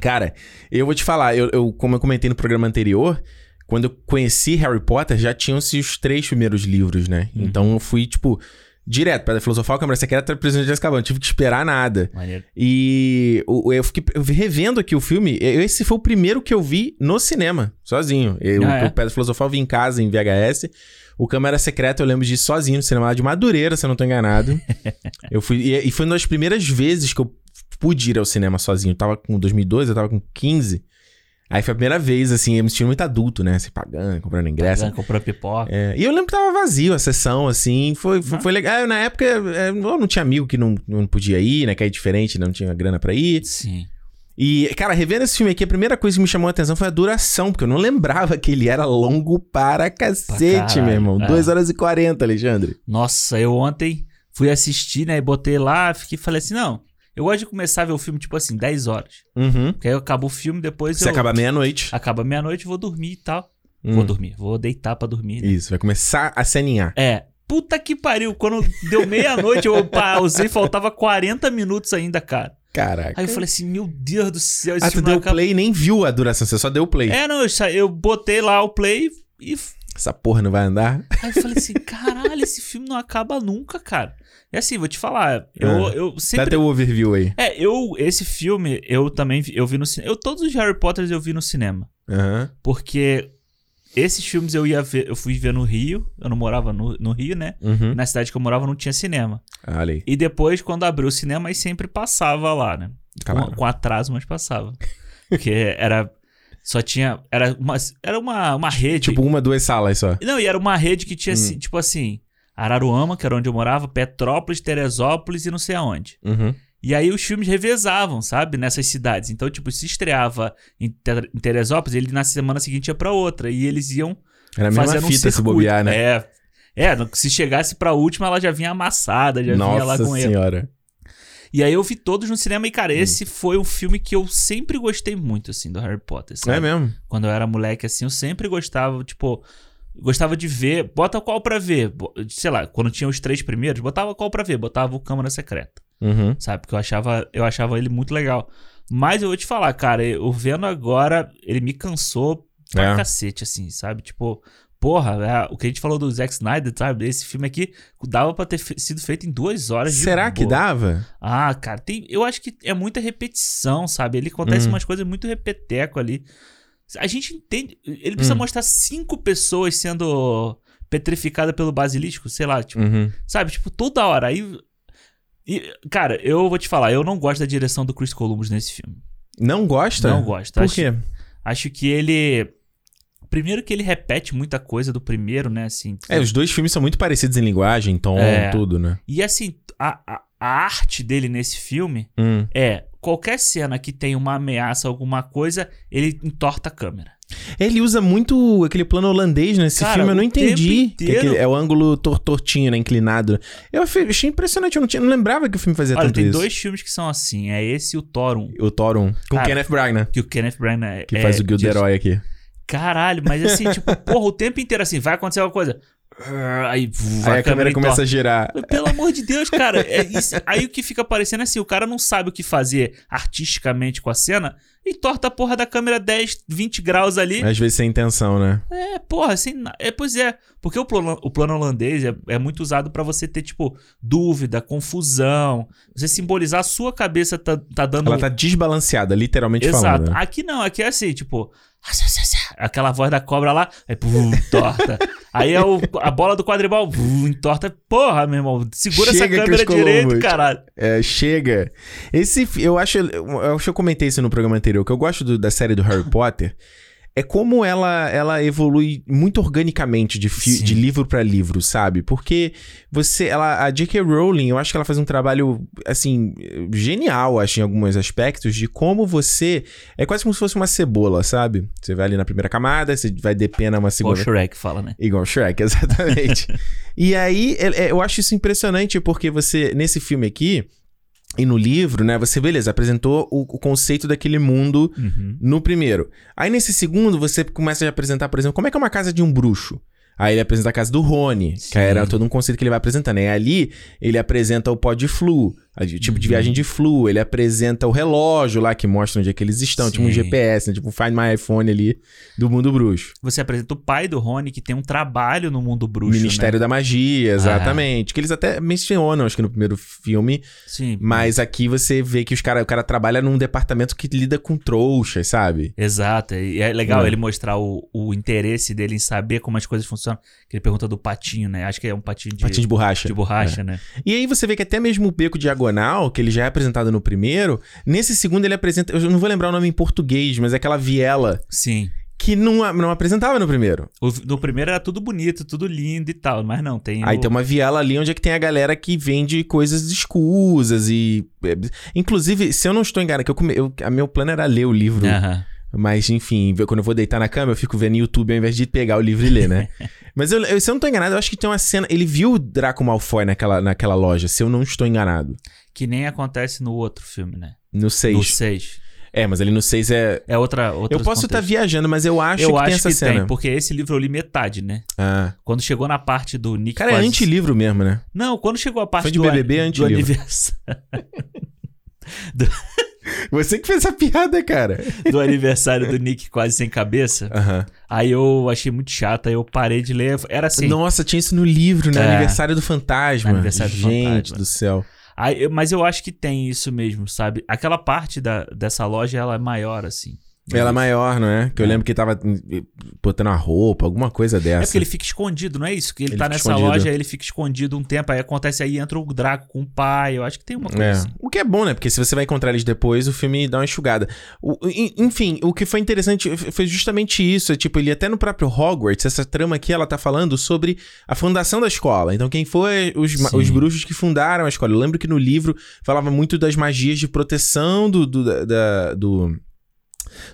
Speaker 1: Cara, eu vou te falar, eu, eu- como eu comentei no programa anterior, quando eu conheci Harry Potter, já tinham-se os três primeiros livros, né?
Speaker 2: Uhum.
Speaker 1: Então eu fui, tipo, direto para Filosofal, Câmara Secreta, Prisioneiro de Azkaban. Não tive que esperar nada.
Speaker 2: Maneiro.
Speaker 1: E o- eu fiquei eu revendo aqui o filme. eu- Esse foi o primeiro que eu vi no cinema, sozinho. Eu,
Speaker 2: Ah, é?
Speaker 1: O Pedro Filosofal eu vi em casa, em VHS. O Câmara Secreta eu lembro de ir sozinho no cinema lá de Madureira, se eu não tô enganado. eu fui, e, e foi uma das primeiras vezes que eu pude ir ao cinema sozinho. Eu tava com 2012, eu tava com 15. Aí foi a primeira vez, assim, eu me sentindo muito adulto, né? Se pagando, comprando ingresso.
Speaker 2: Ganha, Comprou pipoca.
Speaker 1: É, e eu lembro que tava vazio a sessão, assim, foi, foi,
Speaker 2: Ah.
Speaker 1: foi legal. Ah, Na época, é, eu não tinha amigo que não, não podia ir, né? Que é diferente, né, não tinha grana pra ir.
Speaker 2: Sim.
Speaker 1: E, cara, revendo esse filme aqui, a primeira coisa que me chamou a atenção foi a duração, porque eu não lembrava que ele era longo para cacete,
Speaker 2: caralho,
Speaker 1: meu irmão.
Speaker 2: é.
Speaker 1: 2 horas e 40, Alexandre.
Speaker 2: Nossa, eu ontem fui assistir, né? E botei lá, fiquei falei assim, não. Eu gosto de começar a ver o filme, tipo assim, 10 horas.
Speaker 1: Uhum.
Speaker 2: Porque aí eu acabo o filme, depois
Speaker 1: Você
Speaker 2: eu...
Speaker 1: acaba meia-noite.
Speaker 2: Acaba meia-noite, vou dormir e tal. Ah, Vou
Speaker 1: Hum,
Speaker 2: dormir, vou deitar pra dormir. né?
Speaker 1: Isso, vai começar a ceninhar.
Speaker 2: É. Puta que pariu, quando deu meia-noite eu pausei, faltava 40 minutos ainda, cara.
Speaker 1: Caraca.
Speaker 2: Aí eu falei assim, meu Deus do céu, esse
Speaker 1: ah, tu
Speaker 2: filme não
Speaker 1: deu
Speaker 2: acaba.
Speaker 1: play e nem viu a duração, você só deu play.
Speaker 2: É, não, eu, sa- eu botei lá o play e
Speaker 1: Essa porra não vai andar?
Speaker 2: Aí eu falei assim, caralho, esse filme não acaba nunca, cara. E assim, vou te falar, eu,
Speaker 1: Ah.
Speaker 2: eu
Speaker 1: Dá
Speaker 2: sempre...
Speaker 1: teu overview aí.
Speaker 2: É, eu, esse filme, eu também, vi- eu vi no cinema. Eu, todos os Harry Potters eu vi no cinema.
Speaker 1: Aham.
Speaker 2: Porque esses filmes eu ia ver, eu fui ver no Rio, eu não morava no, no Rio, né?
Speaker 1: Uhum.
Speaker 2: Na cidade que eu morava não tinha cinema.
Speaker 1: Ah, Olha aí.
Speaker 2: E depois, quando abriu o cinema, aí sempre passava lá, né? Com,
Speaker 1: Claro.
Speaker 2: com atraso, mas passava. Porque era... Só tinha... Era uma, era uma, uma rede...
Speaker 1: Tipo, uma, duas salas só.
Speaker 2: Não, e era uma rede que tinha,
Speaker 1: Hum.
Speaker 2: assim, tipo assim, Araruama, que era onde eu morava, Petrópolis, Teresópolis e não sei aonde.
Speaker 1: Uhum.
Speaker 2: E aí os filmes revezavam, sabe, nessas cidades. Então, tipo, se estreava em, Te- em Teresópolis, ele na semana seguinte ia pra outra. E eles iam
Speaker 1: Era É a mesma
Speaker 2: fazendo um
Speaker 1: fita se
Speaker 2: circuito.
Speaker 1: bobear, né?
Speaker 2: É, é, no- se chegasse pra última, ela já vinha amassada, É, já vinha lá
Speaker 1: Nossa
Speaker 2: com ele.
Speaker 1: senhora. Hum.
Speaker 2: E aí eu vi todos no cinema e, cara, esse foi um filme que eu sempre gostei muito, assim, do Harry Potter, sabe?
Speaker 1: É mesmo?
Speaker 2: Quando eu era moleque, assim, eu sempre gostava, tipo, gostava de ver. Bota qual pra ver? Bo- Sei lá, quando tinha os três primeiros, botava qual pra ver? Botava o Câmara Secreta,
Speaker 1: Uhum.
Speaker 2: sabe? Porque eu achava, eu achava ele muito legal. Mas eu vou te falar, cara, eu vendo agora, ele me cansou pra
Speaker 1: É.
Speaker 2: cacete, assim, sabe? Tipo, porra, é, o que a gente falou do Zack Snyder, sabe? Esse filme aqui dava pra ter fe- sido feito em duas horas. de
Speaker 1: Será que
Speaker 2: boa.
Speaker 1: dava?
Speaker 2: Ah, cara, tem, eu acho que é muita repetição, sabe? Ele acontece
Speaker 1: Hum.
Speaker 2: umas coisas muito repeteco ali. A gente entende. Ele precisa
Speaker 1: Hum.
Speaker 2: mostrar cinco pessoas sendo petrificadas pelo basilisco, sei lá, tipo,
Speaker 1: Uhum.
Speaker 2: sabe? Tipo, toda hora. Aí. e, cara, eu vou te falar, eu não gosto da direção do Chris Columbus nesse filme.
Speaker 1: Não gosta?
Speaker 2: Não gosto.
Speaker 1: é. Por
Speaker 2: acho,
Speaker 1: quê?
Speaker 2: acho que ele. Primeiro que ele repete muita coisa do primeiro, né? Assim,
Speaker 1: É, os dois filmes são muito parecidos em linguagem, tom,
Speaker 2: É.
Speaker 1: tudo, né?
Speaker 2: E assim, a- a- a arte dele nesse filme
Speaker 1: Hum.
Speaker 2: É, qualquer cena que tem uma ameaça, alguma coisa, ele entorta a câmera.
Speaker 1: Ele usa muito aquele plano holandês nesse
Speaker 2: Cara,
Speaker 1: filme, eu não
Speaker 2: o
Speaker 1: entendi.
Speaker 2: tempo
Speaker 1: Que é, aquele-
Speaker 2: inteiro.
Speaker 1: é o ângulo tor- tortinho, né? Inclinado. Eu achei achei impressionante, eu não, tinha, não lembrava que o filme fazia
Speaker 2: Olha,
Speaker 1: É tanto
Speaker 2: tem
Speaker 1: isso.
Speaker 2: dois filmes que são assim. É esse e o Thorum,
Speaker 1: O Thorum, com
Speaker 2: Cara,
Speaker 1: Kenneth Branagh, né?
Speaker 2: que o Kenneth Branagh é...
Speaker 1: Que faz o
Speaker 2: diz-
Speaker 1: Gilderoy aqui.
Speaker 2: Caralho, mas assim, tipo, porra, o tempo inteiro assim, vai acontecer alguma coisa. Aí, vu,
Speaker 1: Aí a câmera começa a girar.
Speaker 2: entorta. Pelo amor de Deus, cara. é isso. Aí o que fica parecendo é assim, o cara não sabe o que fazer artisticamente com a cena e torta a porra da câmera 10, 20 graus ali.
Speaker 1: Às vezes sem intenção, né?
Speaker 2: É, porra, assim, na- é, pois é. Porque o plano, o plano holandês é, é muito usado pra você ter, tipo, dúvida, confusão. Você simbolizar a sua cabeça tá, tá dando.
Speaker 1: Ela tá desbalanceada, literalmente
Speaker 2: Exato.
Speaker 1: falando. né?
Speaker 2: Aqui não, aqui é assim, tipo. Aquela voz da cobra lá, aí pum, torta. Aí é o, a bola do quadribol, pum, torta. Porra, meu irmão, segura
Speaker 1: Chega,
Speaker 2: essa câmera
Speaker 1: Chris
Speaker 2: direito,
Speaker 1: Columbus.
Speaker 2: caralho.
Speaker 1: É, chega. Esse, fi- eu acho, eu acho que eu comentei isso no programa anterior, que eu gosto do- da série do Harry Potter. É como ela, ela evolui muito organicamente de, fi-
Speaker 2: Sim.
Speaker 1: de livro pra livro, sabe? Porque você, ela, a J.K. Rowling, eu acho que ela faz um trabalho assim genial, acho em alguns aspectos de como você é quase como se fosse uma cebola, sabe? Você vai ali na primeira camada, você vai depena uma
Speaker 2: Igual o
Speaker 1: segunda
Speaker 2: Shrek fala, né?
Speaker 1: Igual o Shrek, exatamente. e aí, é- é, eu acho isso impressionante, porque você, nesse filme aqui, e no livro, né, você, beleza, apresentou o, o conceito daquele mundo
Speaker 2: Uhum.
Speaker 1: no primeiro. Aí, nesse segundo, você começa a apresentar, por exemplo, como é que é uma casa de um bruxo. Aí ele apresenta a casa do Rony, que
Speaker 2: Sim.
Speaker 1: era todo um conceito que ele vai apresentando. E ali, ele apresenta o pó de flu, a- o tipo de
Speaker 2: Uhum.
Speaker 1: viagem de flu. Ele apresenta o relógio lá, que mostra onde é que eles estão. Tipo um
Speaker 2: Sim.
Speaker 1: GPS, né? Tipo um Find My iPhone ali, do mundo bruxo.
Speaker 2: Você apresenta o pai do Rony, que tem um trabalho no mundo bruxo.
Speaker 1: Ministério
Speaker 2: né?
Speaker 1: da Magia, exatamente. Que eles até mencionam, acho que no primeiro filme.
Speaker 2: Sim.
Speaker 1: Mas aqui você vê que os cara, o cara trabalha num departamento que lida com trouxas, sabe?
Speaker 2: Exato, e é legal
Speaker 1: É.
Speaker 2: ele mostrar o, o interesse dele em saber como as coisas funcionam. Que ele pergunta do patinho, né? Acho que é um patinho de,
Speaker 1: Patinho de É. borracha.
Speaker 2: de borracha, né?
Speaker 1: E aí você vê que até mesmo o Beco Diagonal, que ele já é apresentado no primeiro, nesse segundo ele apresenta. Eu não vou lembrar o nome em português, mas é aquela viela
Speaker 2: Sim.
Speaker 1: que não, a- não apresentava no primeiro.
Speaker 2: O, no primeiro era tudo bonito, tudo lindo e tal, mas não, tem.
Speaker 1: Aí
Speaker 2: o-
Speaker 1: tem uma viela ali onde é que tem a galera que vende coisas escusas e. é, Inclusive, se eu não estou enganado, que eu, come, eu a- meu plano era ler o livro.
Speaker 2: Aham.
Speaker 1: Mas, enfim, eu- quando eu vou deitar na cama, eu fico vendo YouTube ao invés de pegar o livro e ler, né? Mas eu, eu- se eu não tô enganado, eu acho que tem uma cena. Ele viu o Draco Malfoy naquela, naquela loja, se eu não estou enganado.
Speaker 2: Que nem acontece no outro filme, né?
Speaker 1: No
Speaker 2: No
Speaker 1: 6.
Speaker 2: 6.
Speaker 1: É, mas ali no 6 é.
Speaker 2: É outra. outra
Speaker 1: Eu posso estar viajando, mas eu acho
Speaker 2: eu
Speaker 1: que
Speaker 2: acho
Speaker 1: tem essa
Speaker 2: que
Speaker 1: cena.
Speaker 2: tem, porque esse livro eu li metade, né?
Speaker 1: Ah.
Speaker 2: Quando chegou na parte do Nick.
Speaker 1: Cara, é
Speaker 2: quase-
Speaker 1: antilivro mesmo, né?
Speaker 2: Não, quando chegou a parte
Speaker 1: Fã de
Speaker 2: do,
Speaker 1: BBB é
Speaker 2: do
Speaker 1: antilivro.
Speaker 2: aniversário,
Speaker 1: Você que fez essa piada, cara.
Speaker 2: do aniversário do Nick quase sem cabeça,
Speaker 1: Aham.
Speaker 2: aí eu achei muito chato, aí eu parei de ler. Era assim.
Speaker 1: Nossa, tinha isso no livro, né?
Speaker 2: É.
Speaker 1: Aniversário do Fantasma.
Speaker 2: Aniversário do
Speaker 1: Gente
Speaker 2: Fantasma.
Speaker 1: do céu.
Speaker 2: Aí, eu- mas eu acho que tem isso mesmo, sabe? Aquela parte da, dessa loja, ela é maior, assim.
Speaker 1: Ela é maior, não é? Que eu
Speaker 2: É.
Speaker 1: lembro que tava hum, botando a roupa, alguma coisa
Speaker 2: É
Speaker 1: dessa.
Speaker 2: porque ele fica escondido, não é isso? Que ele,
Speaker 1: Ele
Speaker 2: tá
Speaker 1: fica
Speaker 2: nessa
Speaker 1: escondido.
Speaker 2: loja, ele fica escondido um tempo, aí acontece aí, entra o Draco com o pai. Eu acho que tem uma coisa
Speaker 1: É.
Speaker 2: assim.
Speaker 1: O que é bom, né? Porque se você vai encontrar eles depois, o filme dá uma enxugada. O- en- enfim, o que foi interessante f- foi justamente isso. É, tipo, ele até no próprio Hogwarts, essa trama aqui, ela tá falando sobre a fundação da escola. Então, quem foi os, ma-
Speaker 2: Sim.
Speaker 1: os bruxos que fundaram a escola. Eu lembro que no livro falava muito das magias de proteção do... do, da- da- do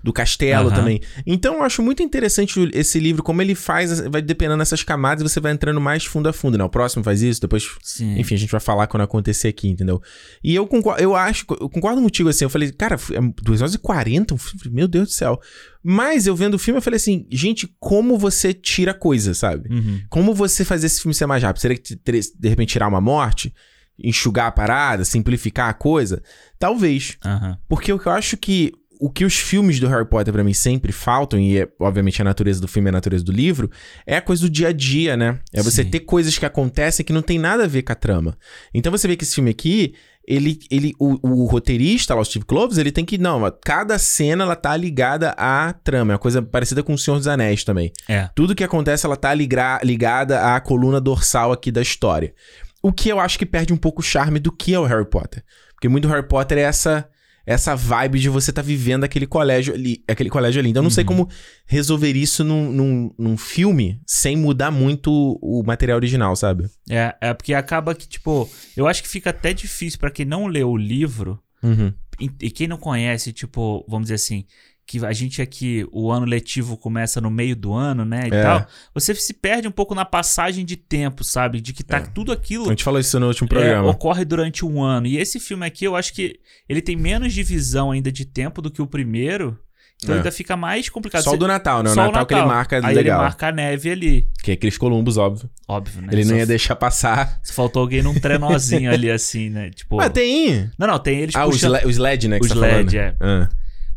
Speaker 1: do castelo
Speaker 2: Aham.
Speaker 1: também. Então eu acho muito interessante o- esse livro, como ele faz, vai depenando essas camadas e você vai entrando mais fundo a fundo, né? O próximo faz isso, depois
Speaker 2: Sim.
Speaker 1: enfim, a gente vai falar quando acontecer aqui, entendeu? E eu concordo, eu acho, eu concordo contigo assim. Eu falei, cara, é 2 horas e 40, um filme, meu Deus do céu. Mas eu vendo o filme, eu falei assim, gente, como você tira coisa, sabe?
Speaker 2: Uhum.
Speaker 1: Como você fazer esse filme ser mais rápido? Seria que tre- de repente tirar uma morte? Enxugar a parada? Simplificar a coisa? Talvez.
Speaker 2: Aham.
Speaker 1: Porque o que eu acho que o que os filmes do Harry Potter pra mim sempre faltam, e é, obviamente a natureza do filme é a natureza do livro, é a coisa do dia a dia, né? É você
Speaker 2: Sim.
Speaker 1: ter coisas que acontecem que não tem nada a ver com a trama. Então você vê que esse filme aqui, ele, ele o, o roteirista, lá, o Steve Kloves, ele tem que, não, ó, cada cena ela tá ligada à trama, é uma coisa parecida com O Senhor dos Anéis também.
Speaker 2: É.
Speaker 1: Tudo que acontece, ela tá ligra- ligada à coluna dorsal aqui da história. O que eu acho que perde um pouco o charme do que é o Harry Potter. Porque muito Harry Potter é essa essa vibe de você tá vivendo aquele colégio ali. Aquele colégio ali. Então eu não
Speaker 2: Uhum.
Speaker 1: sei como resolver isso num, num, num filme sem mudar muito o, o material original, sabe?
Speaker 2: É, é porque acaba que, tipo, eu acho que fica até difícil pra quem não leu o livro
Speaker 1: Uhum.
Speaker 2: e, e quem não conhece, tipo, vamos dizer assim, que a gente aqui, o ano letivo começa no meio do ano, né? E
Speaker 1: É.
Speaker 2: tal, você se perde um pouco na passagem de tempo, sabe? De que tá tudo aquilo.
Speaker 1: A gente falou isso no último
Speaker 2: é,
Speaker 1: É. programa.
Speaker 2: ocorre durante um ano. E esse filme aqui, eu acho que ele tem menos divisão ainda de tempo do que o primeiro. Então
Speaker 1: É.
Speaker 2: ainda fica mais complicado.
Speaker 1: Só o
Speaker 2: Você-
Speaker 1: do Natal, né? O
Speaker 2: só
Speaker 1: Natal, que ele marca
Speaker 2: Aí
Speaker 1: legal.
Speaker 2: ele marca a neve ali.
Speaker 1: Que é aqueles columbos, óbvio.
Speaker 2: Óbvio, né?
Speaker 1: ele não
Speaker 2: Só-
Speaker 1: ia deixar passar.
Speaker 2: Só faltou alguém num trenozinho ali, assim, né? Tipo...
Speaker 1: Ah, tem.
Speaker 2: Não, não, tem eles
Speaker 1: Ah, o
Speaker 2: puxando...
Speaker 1: sle- o sled, né? Que
Speaker 2: o
Speaker 1: você tá
Speaker 2: sled,
Speaker 1: falando.
Speaker 2: é.
Speaker 1: Ah.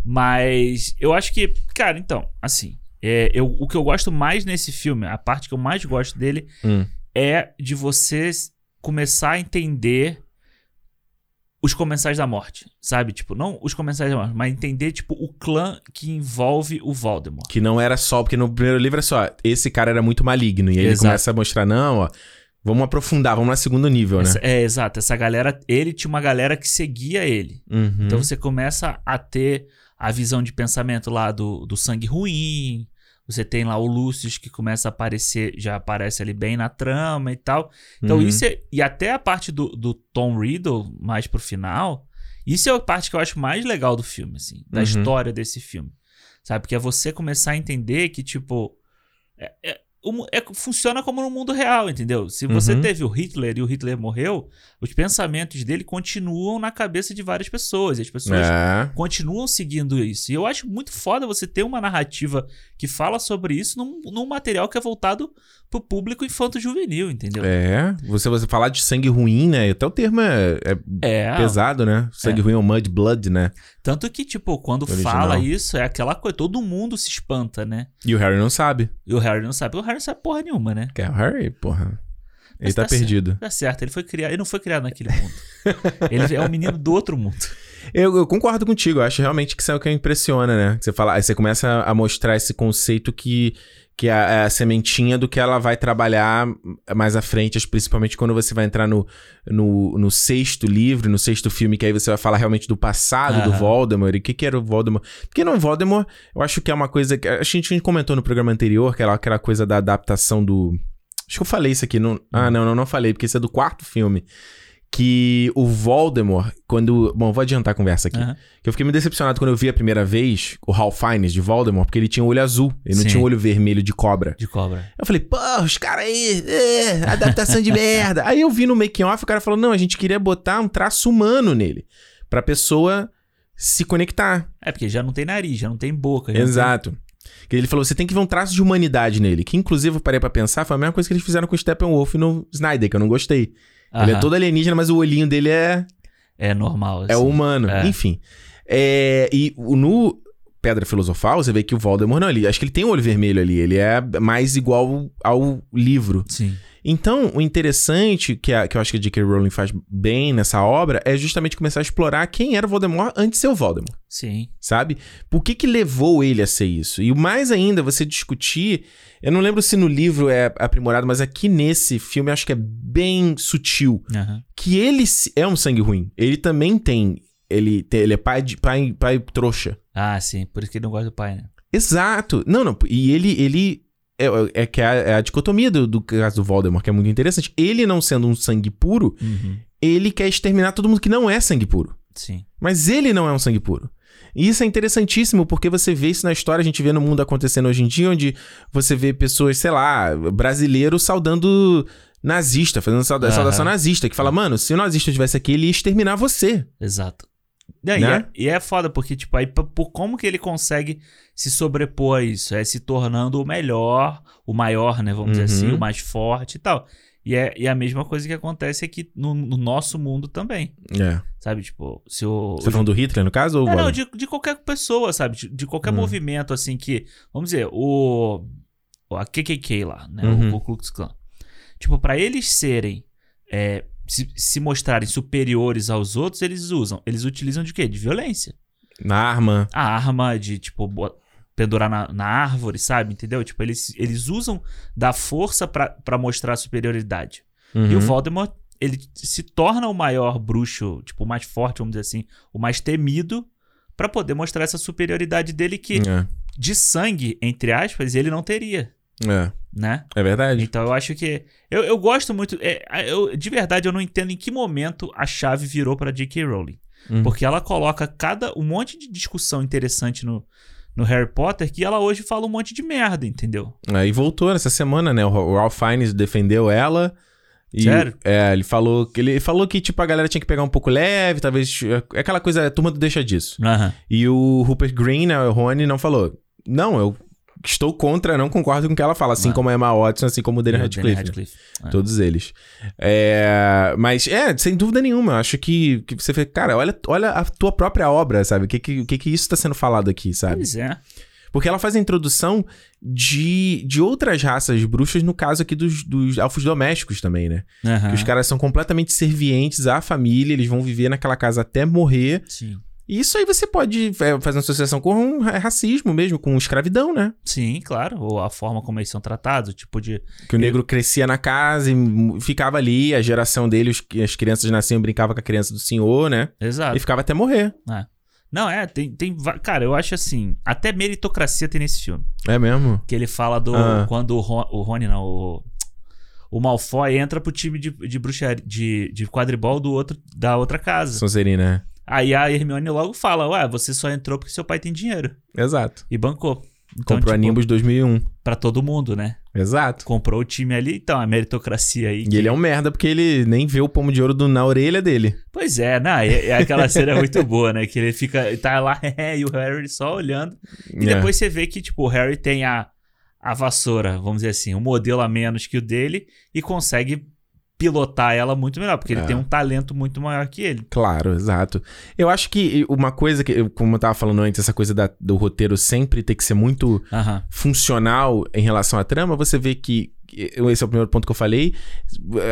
Speaker 2: Mas eu acho que... Cara, então, assim... é, eu, o que eu gosto mais nesse filme, a parte que eu mais gosto dele,
Speaker 1: Hum.
Speaker 2: é de você s- começar a entender os comensais da morte, sabe? Tipo, não os comensais da morte, mas entender, tipo, o clã que envolve o Voldemort.
Speaker 1: Que não era só, porque no primeiro livro é só, esse cara era muito maligno. E aí ele
Speaker 2: Exato.
Speaker 1: começa a mostrar, não, ó, vamos aprofundar, vamos lá segundo nível, né?
Speaker 2: Essa- é, exato. Essa galera, ele tinha uma galera que seguia ele.
Speaker 1: Uhum.
Speaker 2: Então você começa a ter a visão de pensamento lá do, do sangue ruim. Você tem lá o Lucius que começa a aparecer, já aparece ali bem na trama e tal. Então
Speaker 1: Uhum.
Speaker 2: isso é, E até a parte do, do Tom Riddle, mais pro final, isso é a parte que eu acho mais legal do filme, assim. Da
Speaker 1: Uhum.
Speaker 2: história desse filme. Sabe? Porque é você começar a entender que, tipo... é- é- o mu- é- funciona como no mundo real, entendeu? Se você
Speaker 1: Uhum.
Speaker 2: teve o Hitler e o Hitler morreu, os pensamentos dele continuam na cabeça de várias pessoas. E as pessoas
Speaker 1: É.
Speaker 2: continuam seguindo isso. E eu acho muito foda você ter uma narrativa que fala sobre isso num, num material que é voltado pro público infanto-juvenil, entendeu?
Speaker 1: É, você, você falar de sangue ruim, né? Até o termo é, é
Speaker 2: É,
Speaker 1: pesado, né? Sangue ruim é o mud blood, né?
Speaker 2: tanto que, tipo, quando
Speaker 1: Original.
Speaker 2: fala isso, é aquela coisa, todo mundo se espanta, né?
Speaker 1: E o Harry não sabe.
Speaker 2: E o Harry não sabe, o Harry não sabe porra nenhuma, né?
Speaker 1: Que é o Harry, porra. Ele
Speaker 2: Mas
Speaker 1: tá,
Speaker 2: tá certo.
Speaker 1: perdido.
Speaker 2: Tá certo, ele foi criado, ele não foi criado naquele mundo. ele é um menino do outro mundo.
Speaker 1: Eu, eu concordo contigo, eu acho realmente que isso é o que impressiona, né? Que Você fala, aí você começa a mostrar esse conceito que, que é a, é a sementinha do que ela vai trabalhar mais à frente, acho principalmente quando você vai entrar no, no, no sexto livro, no sexto filme, que aí você vai falar realmente do passado do
Speaker 2: Aham.
Speaker 1: Voldemort e o que, que era o Voldemort. Porque não, Voldemort, eu acho que é uma coisa que. Acho que a gente comentou no programa anterior, que era aquela coisa da adaptação do. Acho que eu falei isso aqui. Não... Ah, não, não, não falei, porque isso é do quarto filme. que o Voldemort, quando. Bom, vou adiantar a conversa aqui.
Speaker 2: Aham.
Speaker 1: Que eu fiquei muito decepcionado quando eu vi a primeira vez o Hal Fiennes de Voldemort, porque ele tinha um olho azul, ele não
Speaker 2: Sim.
Speaker 1: tinha um olho vermelho de cobra.
Speaker 2: De cobra.
Speaker 1: Eu falei, porra, os caras aí, é, adaptação de merda. Aí eu vi no making off, o cara falou, não, a gente queria botar um traço humano nele, pra pessoa se conectar.
Speaker 2: É, porque já não tem nariz, já não tem boca. já não
Speaker 1: Exato. Que ele falou, você tem que ver um traço de humanidade nele, que inclusive eu parei pra pensar, foi a mesma coisa que eles fizeram com o Steppenwolf no Snyder, que eu não gostei.
Speaker 2: tem-
Speaker 1: Ele é
Speaker 2: Aham.
Speaker 1: todo alienígena, mas o olhinho dele é,
Speaker 2: É normal.
Speaker 1: é
Speaker 2: assim.
Speaker 1: humano,
Speaker 2: É.
Speaker 1: enfim. É, e o- no Pedra Filosofal, você vê que o Voldemort não, ele, acho que ele tem um olho vermelho ali, ele é mais igual ao livro.
Speaker 2: Sim.
Speaker 1: Então, o interessante que, a- que eu acho que a J.K. Rowling faz bem nessa obra é justamente começar a explorar quem era o Voldemort antes de ser o Voldemort,
Speaker 2: Sim.
Speaker 1: sabe? Por que que levou ele a ser isso? E o mais ainda, você discutir... Eu não lembro se no livro é aprimorado, mas aqui nesse filme eu acho que é bem sutil.
Speaker 2: Aham.
Speaker 1: Que ele se- é um sangue ruim. Ele também tem... Ele, tem- ele é pai, de, pai, pai trouxa.
Speaker 2: Ah, sim. Por isso que ele não gosta do pai, né?
Speaker 1: Exato. Não, não. E ele. ele é, é que a, é a dicotomia do, do caso do Voldemort, que é muito interessante. Ele não sendo um sangue puro,
Speaker 2: Uhum.
Speaker 1: ele quer exterminar todo mundo que não é sangue puro.
Speaker 2: Sim.
Speaker 1: Mas ele não é um sangue puro. E isso é interessantíssimo, porque você vê isso na história, a gente vê no mundo acontecendo hoje em dia, onde você vê pessoas, sei lá, brasileiro saudando nazista, fazendo sauda-
Speaker 2: Aham.
Speaker 1: saudação nazista, que fala, mano, se o nazista estivesse aqui, ele ia exterminar você.
Speaker 2: Exato. Não,
Speaker 1: Né?
Speaker 2: e, é, e é foda, porque, tipo, aí p- por como que ele consegue se sobrepor a isso? É se tornando o melhor, o maior, né? Vamos dizer assim,
Speaker 1: Uhum.
Speaker 2: o mais forte e tal. E é e a mesma coisa que acontece aqui no, no nosso mundo também.
Speaker 1: É.
Speaker 2: Sabe, tipo, se o.
Speaker 1: Você tá falando do Hitler, no caso? Ou
Speaker 2: Não, não,
Speaker 1: Voldemort?
Speaker 2: de, de qualquer pessoa, sabe? De, de qualquer
Speaker 1: Hum.
Speaker 2: movimento, assim, que. Vamos dizer, o. o- A KKK lá, né?
Speaker 1: Uhum.
Speaker 2: O Ku Klux Klan. Tipo, pra eles serem. é, se, se mostrarem superiores aos outros, eles usam. Eles utilizam de quê? De violência.
Speaker 1: Na arma.
Speaker 2: A arma, de, tipo, bo- pendurar na, na árvore, sabe? Entendeu? Tipo, eles, eles usam da força pra pra mostrar superioridade. E o
Speaker 1: Uhum.
Speaker 2: Voldemort, ele se torna o maior bruxo, tipo, o mais forte, vamos dizer assim, o mais temido, pra poder mostrar essa superioridade dele que,
Speaker 1: Uhum.
Speaker 2: de sangue, entre aspas, ele não teria,
Speaker 1: É. É.
Speaker 2: né?
Speaker 1: É verdade.
Speaker 2: Então eu acho que. Eu, eu gosto muito. é, a- eu, de verdade, eu não entendo em que momento a chave virou pra J.K. Rowling.
Speaker 1: Uhum.
Speaker 2: Porque ela coloca cada um monte de discussão interessante no, no Harry Potter que ela hoje fala um monte de merda, entendeu?
Speaker 1: Aí voltou nessa semana, né? O Ra- o Ralph Fiennes defendeu ela. E,
Speaker 2: Sério?
Speaker 1: É, ele falou, que- ele falou que, tipo, a galera tinha que pegar um pouco leve, talvez... É aquela coisa, a turma do deixa disso.
Speaker 2: Aham.
Speaker 1: E o Rupert Green, né, o Rony, não falou. Não, eu estou contra, não concordo com o que ela fala. Assim
Speaker 2: Mano.
Speaker 1: como a Emma Watson, assim como o Daniel Radcliffe.
Speaker 2: Daniel
Speaker 1: né?
Speaker 2: Radcliffe. É.
Speaker 1: Todos eles. É, mas, é, sem dúvida nenhuma. Eu acho que, que você fica... Cara, olha, olha a tua própria obra, sabe? O que, que, o que que isso tá sendo falado aqui, sabe?
Speaker 2: Pois é.
Speaker 1: Porque ela faz a introdução de, de outras raças bruxas, no caso aqui dos, dos elfos domésticos também, né?
Speaker 2: Aham.
Speaker 1: Que os caras são completamente servientes à família, eles vão viver naquela casa até morrer.
Speaker 2: Sim.
Speaker 1: E isso aí você pode é, fazer uma associação com ra- racismo mesmo, com escravidão, né?
Speaker 2: Sim, claro. Ou a forma como eles são tratados, o tipo de.
Speaker 1: Que o negro crescia na casa e m- ficava ali, a geração dele, os- as crianças nasciam, brincava com a criança do senhor, né?
Speaker 2: Exato.
Speaker 1: E ficava até morrer.
Speaker 2: Não, é, tem, tem. va- Cara, eu acho assim. Até meritocracia tem nesse filme.
Speaker 1: É mesmo?
Speaker 2: Que ele fala do.
Speaker 1: Ah.
Speaker 2: Quando o, Ron, o Rony, não, o. O Malfoy entra pro time de, de bruxaria. De, de quadribol do outro, da outra casa.
Speaker 1: Sonserina,
Speaker 2: Aí a Hermione logo fala: Ué, você só entrou porque seu pai tem dinheiro.
Speaker 1: é. Exato.
Speaker 2: E bancou. Então,
Speaker 1: Comprou a
Speaker 2: tipo,
Speaker 1: Nimbus 2001.
Speaker 2: Pra todo mundo, né?
Speaker 1: Exato.
Speaker 2: Comprou o time ali, então a meritocracia aí.
Speaker 1: E ele é um merda porque ele nem vê o pomo de ouro do- na orelha dele.
Speaker 2: Pois é, não, é, é aquela cena muito boa, né? Que ele fica, ele tá lá e o Harry só olhando. E
Speaker 1: É.
Speaker 2: depois você vê que, tipo, o Harry tem a, a vassoura, vamos dizer assim, um modelo a menos que o dele e consegue pilotar ela muito melhor, porque
Speaker 1: É.
Speaker 2: ele tem um talento muito maior que ele.
Speaker 1: Claro, exato. Eu acho que uma coisa que, eu- como eu tava falando antes, essa coisa da- do roteiro sempre ter que ser muito
Speaker 2: Aham.
Speaker 1: funcional em relação à trama, você vê que. Esse é o primeiro ponto que eu falei.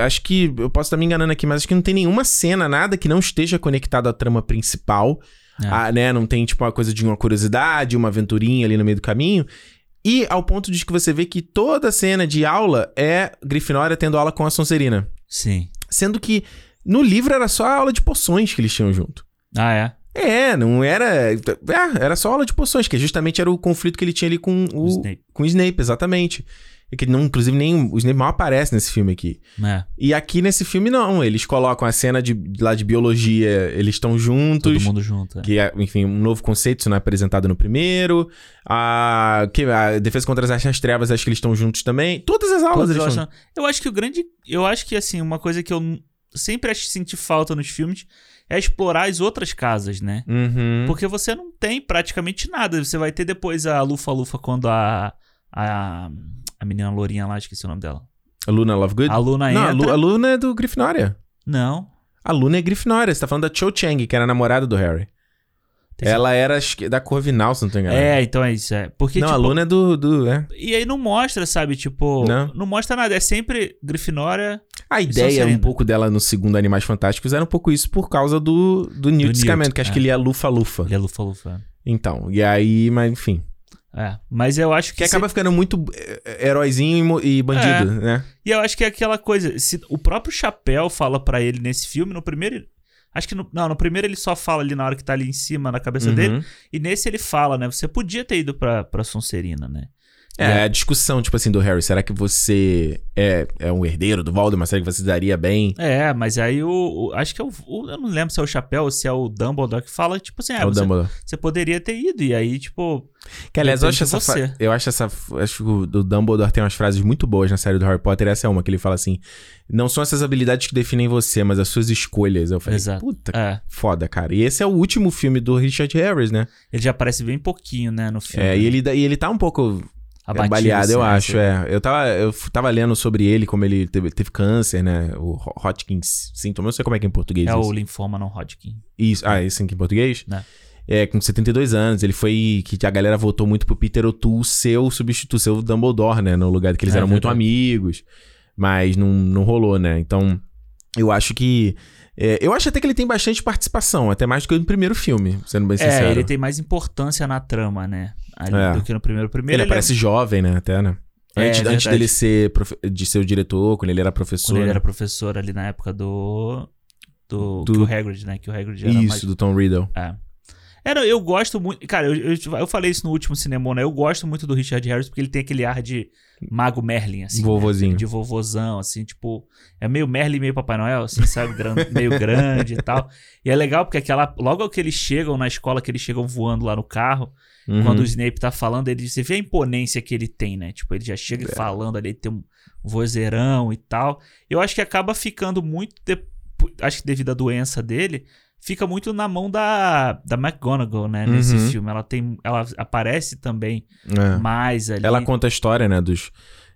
Speaker 1: Acho que. Eu posso estar me enganando aqui, mas acho que não tem nenhuma cena, nada que não esteja conectado à trama principal.
Speaker 2: É.
Speaker 1: Ah, né? Não tem, tipo, uma coisa de uma curiosidade, uma aventurinha ali no meio do caminho. E ao ponto de que você vê que toda cena de aula é Grifinória tendo aula com a Sonserina.
Speaker 2: Sim.
Speaker 1: Sendo que no livro era só a aula de poções que eles tinham junto.
Speaker 2: Ah, é?
Speaker 1: É, não era. É, era só aula de poções, que justamente era o conflito que ele tinha ali com o,
Speaker 2: Snape.
Speaker 1: com o Snape, exatamente. É que não, inclusive, nem os nem mal aparecem nesse filme aqui.
Speaker 2: É,
Speaker 1: E aqui nesse filme, não. Eles colocam a cena de, lá de biologia, eles estão juntos.
Speaker 2: todo mundo junto. é.
Speaker 1: Que é, enfim, um novo conceito, isso não é apresentado no primeiro. A, que, a Defesa contra as Artes Trevas, acho que eles estão juntos também. Todas as aulas
Speaker 2: Todos
Speaker 1: eles estão.
Speaker 2: acham- Eu acho que o grande. Eu acho que, assim, uma coisa que eu n- sempre ach- senti falta nos filmes é explorar as outras casas, né?
Speaker 1: Uhum.
Speaker 2: Porque você não tem praticamente nada. Você vai ter depois a Lufa Lufa quando a. A, a menina lourinha lá, esqueci o nome dela.
Speaker 1: A Luna Lovegood?
Speaker 2: A Luna
Speaker 1: não, a, Lu-
Speaker 2: entra.
Speaker 1: a Luna é do Grifinória.
Speaker 2: Não.
Speaker 1: A Luna é Grifinória. Você tá falando da Cho Chang, que era a namorada do Harry.
Speaker 2: Tem
Speaker 1: Ela era acho que, da Corvinal, se não tô enganado.
Speaker 2: É, então é isso. É. Porque,
Speaker 1: não,
Speaker 2: tipo,
Speaker 1: a Luna é do... do é.
Speaker 2: E aí não mostra, sabe? Tipo,
Speaker 1: Não.
Speaker 2: não, mostra nada. É sempre Grifinória.
Speaker 1: A ideia um
Speaker 2: Sonserina.
Speaker 1: pouco dela no segundo Animais Fantásticos era um pouco isso por causa do, do Newt
Speaker 2: Newt,
Speaker 1: Scamander, que acho
Speaker 2: é.
Speaker 1: que ele é Lufa-Lufa.
Speaker 2: E a Lufa Lufa.
Speaker 1: Então, e aí, mas enfim.
Speaker 2: É. Mas eu acho que.
Speaker 1: Que
Speaker 2: se-
Speaker 1: acaba ficando muito é, heróizinho e mo- e, bandido, né?
Speaker 2: E eu acho que é aquela coisa. Se o próprio Chapéu fala pra ele nesse filme, no primeiro. Acho que no, não, no primeiro ele só fala ali na hora que tá ali em cima, na cabeça
Speaker 1: Uhum.
Speaker 2: dele. E nesse ele fala, né? Você podia ter ido pra, pra Sonserina, né?
Speaker 1: É, a discussão, tipo assim, do Harry. Será que você é, é um herdeiro do Voldemort? Será que você daria bem?
Speaker 2: É, mas aí o. o- acho que é o, o- Eu não lembro se é o Chapéu ou se é o Dumbledore que fala, tipo assim,
Speaker 1: É,
Speaker 2: ah,
Speaker 1: o
Speaker 2: você,
Speaker 1: Dumbledore.
Speaker 2: você poderia ter ido. E aí, tipo.
Speaker 1: Que, aliás, eu acho
Speaker 2: depende
Speaker 1: essa...
Speaker 2: de
Speaker 1: fa-
Speaker 2: você.
Speaker 1: Eu acho essa... Acho que o do Dumbledore tem umas frases muito boas na série do Harry Potter. Essa é uma que ele fala assim... Não são essas habilidades que definem você, mas as suas escolhas. Eu falei,
Speaker 2: Exato.
Speaker 1: puta,
Speaker 2: É.
Speaker 1: foda, cara. E esse é o último filme do Richard Harris, né?
Speaker 2: Ele já aparece bem pouquinho, né, no filme.
Speaker 1: É, e ele, e ele tá um pouco
Speaker 2: Abatido,
Speaker 1: baleado,
Speaker 2: assim,
Speaker 1: eu
Speaker 2: né,
Speaker 1: acho.
Speaker 2: você-
Speaker 1: É. Eu, tava, eu f- tava lendo sobre ele, como ele teve, teve câncer, né? O Ho- Hodgkins síntoma. Eu não sei como é que é em português
Speaker 2: É
Speaker 1: isso.
Speaker 2: o linfoma não Hodgkin.
Speaker 1: Isso, ah, esse aqui em português?
Speaker 2: Né.
Speaker 1: É, com 72 anos, ele foi. Que a galera votou muito pro Peter O'Toole ser o substituto, ser o Dumbledore, né? No lugar que eles
Speaker 2: É,
Speaker 1: eram muito
Speaker 2: verdade.
Speaker 1: amigos. Mas não, não rolou, né? Então, eu acho que. é, eu acho até que ele tem bastante participação, até mais do que no primeiro filme, sendo bem sincero.
Speaker 2: É,
Speaker 1: ele,
Speaker 2: ele tem mais importância na trama, né? ali
Speaker 1: É.
Speaker 2: Do que no primeiro. Primeiro
Speaker 1: aparece jovem, né? Até, né?
Speaker 2: É,
Speaker 1: Antes, antes
Speaker 2: verdade.
Speaker 1: dele ser profe- de ser o diretor, quando ele era professor.
Speaker 2: quando ele
Speaker 1: né?
Speaker 2: era professor ali na época do... Do...
Speaker 1: Do-
Speaker 2: Que o Hagrid, né? Que o Hagrid era
Speaker 1: Isso,
Speaker 2: mais...
Speaker 1: do Tom Riddle.
Speaker 2: É. Era, eu gosto muito... Cara, eu, eu, eu falei isso no último cinema, né? Eu gosto muito do Richard Harris porque ele tem aquele ar de mago Merlin, assim. né?
Speaker 1: Vovozinho.
Speaker 2: De vovozão, assim, tipo... É meio Merlin, meio Papai Noel, assim, sabe? Gran- meio grande e tal. E é legal porque aquela... Logo que eles chegam na escola, que eles chegam voando lá no carro...
Speaker 1: Uhum.
Speaker 2: quando o Snape tá falando, ele você vê a imponência que ele tem, né? Tipo, ele já chega
Speaker 1: É.
Speaker 2: falando ali, tem um vozeirão e tal. Eu acho que acaba ficando muito. de- Acho que devido à doença dele, fica muito na mão da, da McGonagall, né? Nesse
Speaker 1: Uhum.
Speaker 2: filme. Ela tem. Ela aparece também
Speaker 1: É.
Speaker 2: mais ali.
Speaker 1: Ela conta a história, né, dos...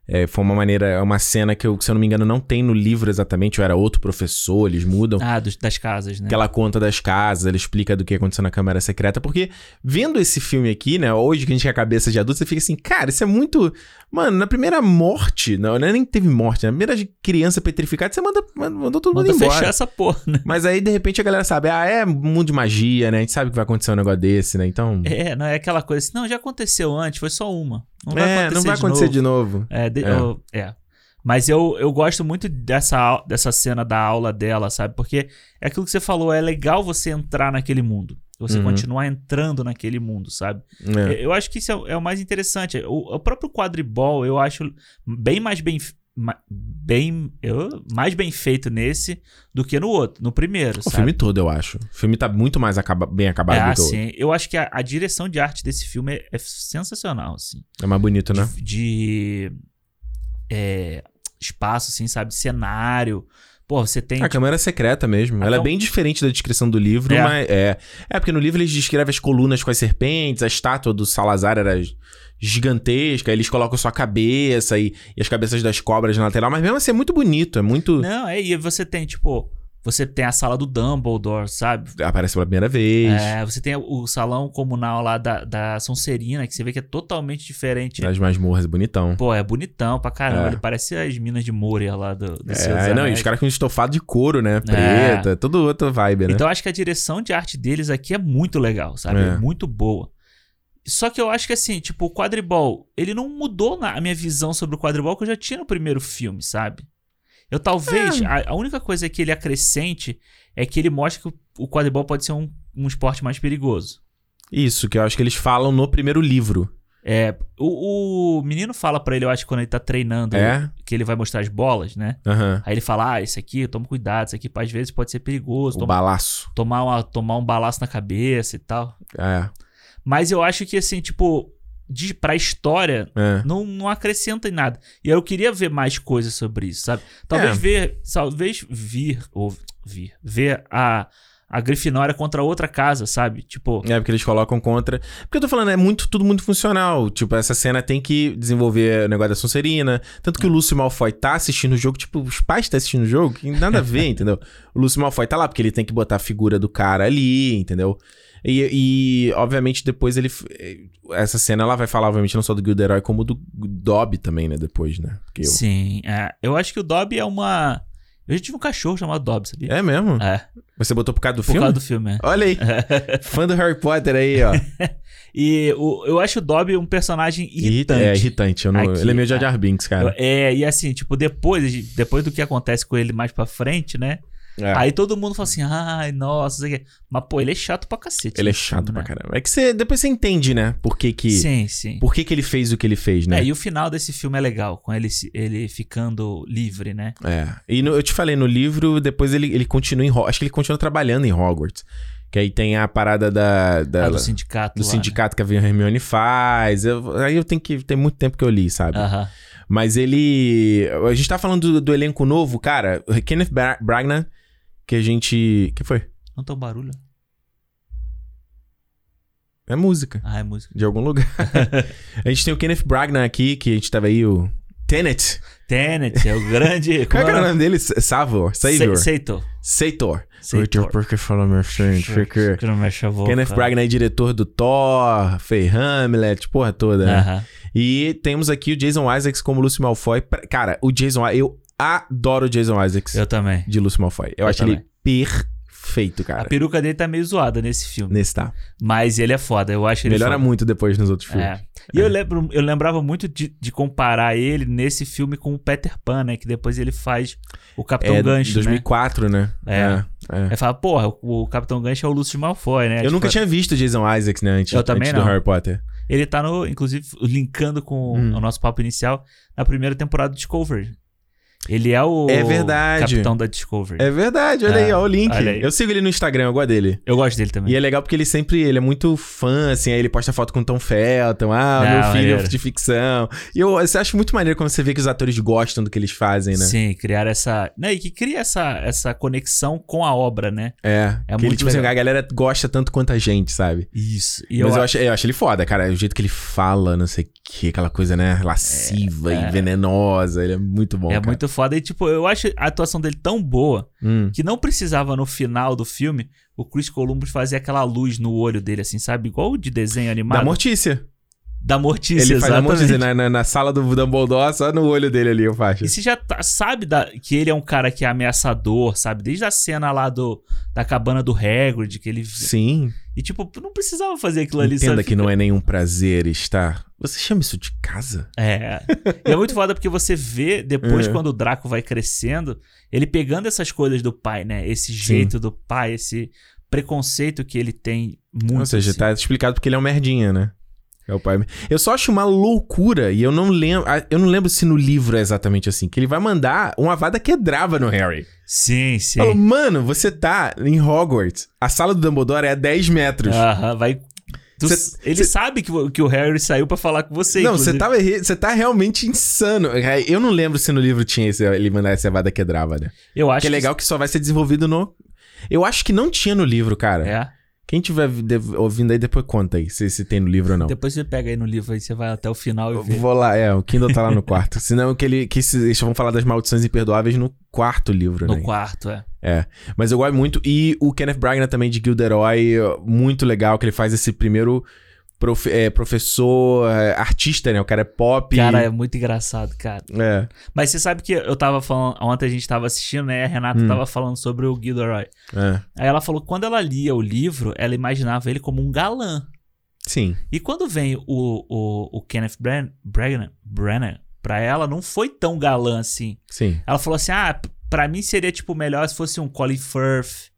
Speaker 1: é, foi uma maneira, é uma cena que, eu, se eu não me engano, não tem no livro exatamente, ou era outro professor, eles mudam.
Speaker 2: Ah, dos- das casas, né?
Speaker 1: Que ela conta das casas, ela explica do que aconteceu na Câmara Secreta. Porque vendo esse filme aqui, né? Hoje que a gente é cabeça de adulto, você fica assim, cara, isso é muito. Mano, na primeira morte, não, né, nem teve morte, na primeira criança petrificada, você manda, manda- mandou todo mundo
Speaker 2: Manda
Speaker 1: embora.
Speaker 2: fechar essa porra, né?
Speaker 1: Mas aí, de repente, a galera sabe, ah, é mundo de magia, né? A gente sabe que vai acontecer um negócio desse, né? Então.
Speaker 2: É, não é aquela coisa assim, não, já aconteceu antes, foi só uma. Não vai
Speaker 1: É,
Speaker 2: acontecer,
Speaker 1: não vai acontecer de novo.
Speaker 2: É, de-
Speaker 1: É.
Speaker 2: eu- é. Mas eu, eu gosto muito dessa, au- dessa cena da aula dela, sabe? Porque é aquilo que você falou, é legal você entrar naquele mundo. Você
Speaker 1: Uhum.
Speaker 2: continuar entrando naquele mundo, sabe?
Speaker 1: É.
Speaker 2: Eu- Eu acho que isso é, o- é o mais interessante. O, o próprio quadribol, eu acho bem mais bem. f- ma- bem eu- mais bem feito nesse do que no outro, no primeiro,
Speaker 1: O
Speaker 2: sabe?
Speaker 1: filme todo, eu acho. O filme tá muito mais acaba- bem acabado
Speaker 2: é,
Speaker 1: do que o outro.
Speaker 2: assim, eu acho que a, a direção de arte desse filme é, é sensacional, assim.
Speaker 1: É mais bonito, né?
Speaker 2: de, de, é, espaço, assim, sabe? Cenário. Pô, você tem.
Speaker 1: A câmera secreta mesmo.
Speaker 2: Ah,
Speaker 1: Ela é
Speaker 2: então-
Speaker 1: bem diferente da descrição do livro,
Speaker 2: É.
Speaker 1: mas é. É, porque no livro eles descrevem as colunas com as serpentes, a estátua do Salazar era gigantesca, eles colocam só a cabeça e, e as cabeças das cobras na lateral, mas mesmo assim é muito bonito, é muito.
Speaker 2: Não, é, e você tem, tipo, você tem a sala do Dumbledore, sabe?
Speaker 1: Aparece pela primeira vez.
Speaker 2: É, você tem o salão comunal lá da, da Sonserina, que você vê que é totalmente diferente.
Speaker 1: Nas masmorras, bonitão.
Speaker 2: Pô, é bonitão pra caramba.
Speaker 1: É.
Speaker 2: Ele parece as minas de Moria lá do, do Senhor dos
Speaker 1: É, não, e
Speaker 2: Anéis.
Speaker 1: os caras com estofado de couro, né? Preta, todo outro vibe, né?
Speaker 2: Então eu acho que a direção de arte deles aqui é muito legal, sabe?
Speaker 1: É.
Speaker 2: É. Muito boa. Só que eu acho que assim, tipo, o quadribol, ele não mudou na, a minha visão sobre o quadribol que eu já tinha no primeiro filme, sabe? Eu talvez,
Speaker 1: É.
Speaker 2: a, a única coisa que ele acrescente é que ele mostra que o, o quadribol pode ser um, um esporte mais perigoso.
Speaker 1: Isso, que eu acho que eles falam no primeiro livro.
Speaker 2: É, o, o menino fala pra ele, eu acho, quando ele tá treinando,
Speaker 1: É?
Speaker 2: que ele vai mostrar as bolas, né?
Speaker 1: Aham.
Speaker 2: Aí ele fala, ah, isso aqui, toma cuidado, isso aqui às vezes pode ser perigoso,
Speaker 1: O
Speaker 2: toma-
Speaker 1: balaço.
Speaker 2: tomar, uma- tomar um balaço na cabeça e tal.
Speaker 1: É.
Speaker 2: Mas eu acho que, assim, tipo, de, pra história,
Speaker 1: é.
Speaker 2: não, não acrescenta em nada. E eu queria ver mais coisas sobre isso, sabe? Talvez
Speaker 1: É.
Speaker 2: ver, talvez vir, ou vir, ver a, a Grifinória contra outra casa, sabe? Tipo,
Speaker 1: É, porque eles colocam contra. Porque eu tô falando, é muito, tudo muito funcional. Tipo, essa cena tem que desenvolver o negócio da Sonserina. Tanto que o Lúcio Malfoy tá assistindo o jogo, tipo, os pais estão assistindo o jogo, que nada a
Speaker 2: Uhum.
Speaker 1: ver, entendeu? O Lúcio Malfoy tá lá, porque ele tem que botar a figura do cara ali, entendeu? E, e, obviamente, depois ele. f- eh, Essa cena ela vai falar, obviamente, não só do Gilderoy, como do Dobby também, né? Depois, né? Porque eu-
Speaker 2: sim, é, eu acho que o Dobby é uma... Eu já tive um cachorro chamado Dobby, sabia?
Speaker 1: É mesmo?
Speaker 2: É,
Speaker 1: Você botou por causa do
Speaker 2: por
Speaker 1: filme?
Speaker 2: causa do filme, é.
Speaker 1: Olha aí. Fã do Harry Potter aí, ó.
Speaker 2: E o- eu acho o Dobby um personagem irritante.
Speaker 1: É irritante. Eu não...
Speaker 2: Aqui, tá.
Speaker 1: ele é meio Jar Jar Binks,
Speaker 2: Eu-
Speaker 1: cara.
Speaker 2: É, e assim, tipo, depois, depois do que acontece com ele mais pra frente, né?
Speaker 1: É.
Speaker 2: Aí todo mundo fala assim, ai, nossa, não sei o quê. Mas, pô, ele é chato pra cacete.
Speaker 1: Ele é
Speaker 2: no
Speaker 1: chato
Speaker 2: filme,
Speaker 1: pra
Speaker 2: né?
Speaker 1: caramba. É que você, depois você entende, né? Por que que,
Speaker 2: Sim, sim.
Speaker 1: por que que ele fez o que ele fez,
Speaker 2: É,
Speaker 1: né?
Speaker 2: e o final desse filme é legal, com ele, se- ele ficando livre, né?
Speaker 1: É. E no- eu te falei, no livro, depois ele, ele continua em Ho- Acho que ele continua trabalhando em Hogwarts. Que aí tem a parada da, da-
Speaker 2: Ah,
Speaker 1: do,
Speaker 2: do sindicato. lá,
Speaker 1: sindicato que a Hermione faz. Eu- aí eu tenho que... Tem muito tempo que eu li, sabe?
Speaker 2: Né? Aham.
Speaker 1: Mas ele... A gente tá falando do, do elenco novo, cara. o Kenneth Bra Branagh, que a gente... que foi?
Speaker 2: Não tem um barulho?
Speaker 1: É música.
Speaker 2: Ah, é música.
Speaker 1: De algum lugar. a gente tem o Kenneth Branagh aqui, que a gente tava aí, o... Tenet.
Speaker 2: Tenet é o grande...
Speaker 1: Qual é que era o
Speaker 2: como
Speaker 1: nome dele? S- Savor? Savior?
Speaker 2: Se- Seitor.
Speaker 1: Seitor.
Speaker 2: Seitor.
Speaker 1: por que fala meu gente? Porque...
Speaker 2: Que não mexe a boca.
Speaker 1: Kenneth Branagh é diretor do Thor, Faye Hamlet, porra toda, né?
Speaker 2: Aham.
Speaker 1: E temos aqui o Jason Isaacs como Lúcio Malfoy. Pra- Cara, o Jason... Eu adoro o Jason Isaacs
Speaker 2: Eu também.
Speaker 1: de Lúcio Malfoy. Eu,
Speaker 2: Eu
Speaker 1: acho ele perfeito,
Speaker 2: A
Speaker 1: cara.
Speaker 2: peruca dele tá meio zoada nesse filme.
Speaker 1: Nesse tá.
Speaker 2: Mas ele é foda, eu acho ele
Speaker 1: Melhora
Speaker 2: foda.
Speaker 1: muito depois nos outros filmes.
Speaker 2: É. E eu, lembro, eu lembrava muito de, de comparar ele nesse filme com o Peter Pan, né? Que depois ele faz o Capitão
Speaker 1: É,
Speaker 2: Gancho, né?
Speaker 1: 2004, né? É, é.
Speaker 2: Aí fala, porra, o, o Capitão Gancho é o Lúcio Malfoy, né?
Speaker 1: Eu nunca
Speaker 2: Tipo,
Speaker 1: tinha visto o Jason Isaacs, né? Antes,
Speaker 2: Eu também
Speaker 1: antes do
Speaker 2: não.
Speaker 1: Harry Potter.
Speaker 2: Ele tá no, inclusive, linkando com
Speaker 1: Hum.
Speaker 2: o nosso papo inicial, na primeira temporada do Discovery. Ele é o
Speaker 1: É verdade.
Speaker 2: capitão da Discovery.
Speaker 1: É verdade, olha
Speaker 2: É,
Speaker 1: aí, ó, o link.
Speaker 2: olha aí.
Speaker 1: Eu sigo ele no Instagram, eu gosto dele.
Speaker 2: Eu gosto dele
Speaker 1: E
Speaker 2: também.
Speaker 1: é legal porque ele sempre, ele é muito fã, assim, aí ele posta foto com o Tom Felton, ah,
Speaker 2: Ah,
Speaker 1: meu filho
Speaker 2: maneiro.
Speaker 1: de ficção. E eu, eu acho muito maneiro quando você vê que os atores gostam do que eles fazem, né?
Speaker 2: Sim, criar essa. Né, e que cria essa, essa conexão com a obra, né?
Speaker 1: É,
Speaker 2: É
Speaker 1: que ele,
Speaker 2: muito
Speaker 1: tipo assim,
Speaker 2: legal.
Speaker 1: a galera gosta tanto quanto a gente, sabe?
Speaker 2: Isso. E
Speaker 1: Mas
Speaker 2: eu,
Speaker 1: eu, acho, eu acho ele foda, cara, o jeito que ele fala, não sei o que, aquela coisa, né, lasciva e
Speaker 2: é.
Speaker 1: venenosa, ele é muito bom,
Speaker 2: é
Speaker 1: cara.
Speaker 2: muito foda. E, tipo, eu acho a atuação dele tão boa
Speaker 1: Hum.
Speaker 2: que não precisava no final do filme o Chris Columbus fazer aquela luz no olho dele, assim, sabe? Igual o de desenho animado.
Speaker 1: Da Mortícia.
Speaker 2: da Mortícia,
Speaker 1: Ele faz né? a
Speaker 2: exatamente.
Speaker 1: Mortícia na, na, na sala do Dumbledore, só no olho dele ali, eu faço.
Speaker 2: E você já tá- sabe da- que ele é um cara que é ameaçador, sabe? Desde a cena lá do, da cabana do Hagrid, que ele...
Speaker 1: Sim.
Speaker 2: E, tipo, não precisava fazer aquilo ali,
Speaker 1: Entenda
Speaker 2: sabe?
Speaker 1: que não é nenhum prazer estar. Você chama isso de casa?
Speaker 2: É. E é muito foda porque você vê depois,
Speaker 1: É.
Speaker 2: quando o Draco vai crescendo, ele pegando essas coisas do pai, né? Esse jeito do pai, esse preconceito que ele tem muito.
Speaker 1: Ou seja,
Speaker 2: assim.
Speaker 1: tá explicado porque ele é um merdinha, né? É o pai. Eu só acho uma loucura e eu não lembro. ah, Eu não lembro se no livro é exatamente assim. Que ele vai mandar uma vada quebrava no Harry.
Speaker 2: Sim, sim.
Speaker 1: Falou, mano, você tá em Hogwarts. A sala do Dumbledore é a 10 metros.
Speaker 2: Aham, vai. Tu-
Speaker 1: Cê-
Speaker 2: ele sabe que, vo- que o Harry saiu pra falar com você.
Speaker 1: não,
Speaker 2: inclusive.
Speaker 1: você tava, re- você tá realmente insano. É, Eu não lembro se no livro tinha esse, ele mandar essa vada quebrava, né?
Speaker 2: Eu acho
Speaker 1: Que é legal que só vai ser desenvolvido no. Eu acho que não tinha no livro, cara.
Speaker 2: É.
Speaker 1: Quem tiver de- ouvindo aí, depois conta aí se, se tem no livro ou não.
Speaker 2: Depois você pega aí no livro, aí você vai até o final e
Speaker 1: Eu
Speaker 2: vê.
Speaker 1: Vou lá, é, o Kindle tá lá no quarto. Senão que ele que se, eles vão falar das maldições imperdoáveis no quarto livro,
Speaker 2: No
Speaker 1: né?
Speaker 2: quarto, é.
Speaker 1: Mas eu gosto muito. E o Kenneth Branagh também de Gilderoy, muito legal, que ele faz esse primeiro profe- é, professor, é, artista, né? O cara é pop.
Speaker 2: Cara, é muito engraçado, cara.
Speaker 1: é.
Speaker 2: Mas você sabe que eu tava falando. Ontem a gente tava assistindo, né? E a Renata
Speaker 1: Hum.
Speaker 2: tava falando sobre o Gilderoy.
Speaker 1: é.
Speaker 2: Aí ela falou que quando ela lia o livro, ela imaginava ele como um galã.
Speaker 1: Sim.
Speaker 2: E quando vem o, o, o Kenneth Bran- Branagh, Branagh pra ela, não foi tão galã assim.
Speaker 1: Sim.
Speaker 2: Ela falou assim: ah, p- pra mim seria tipo melhor se fosse um Colin Firth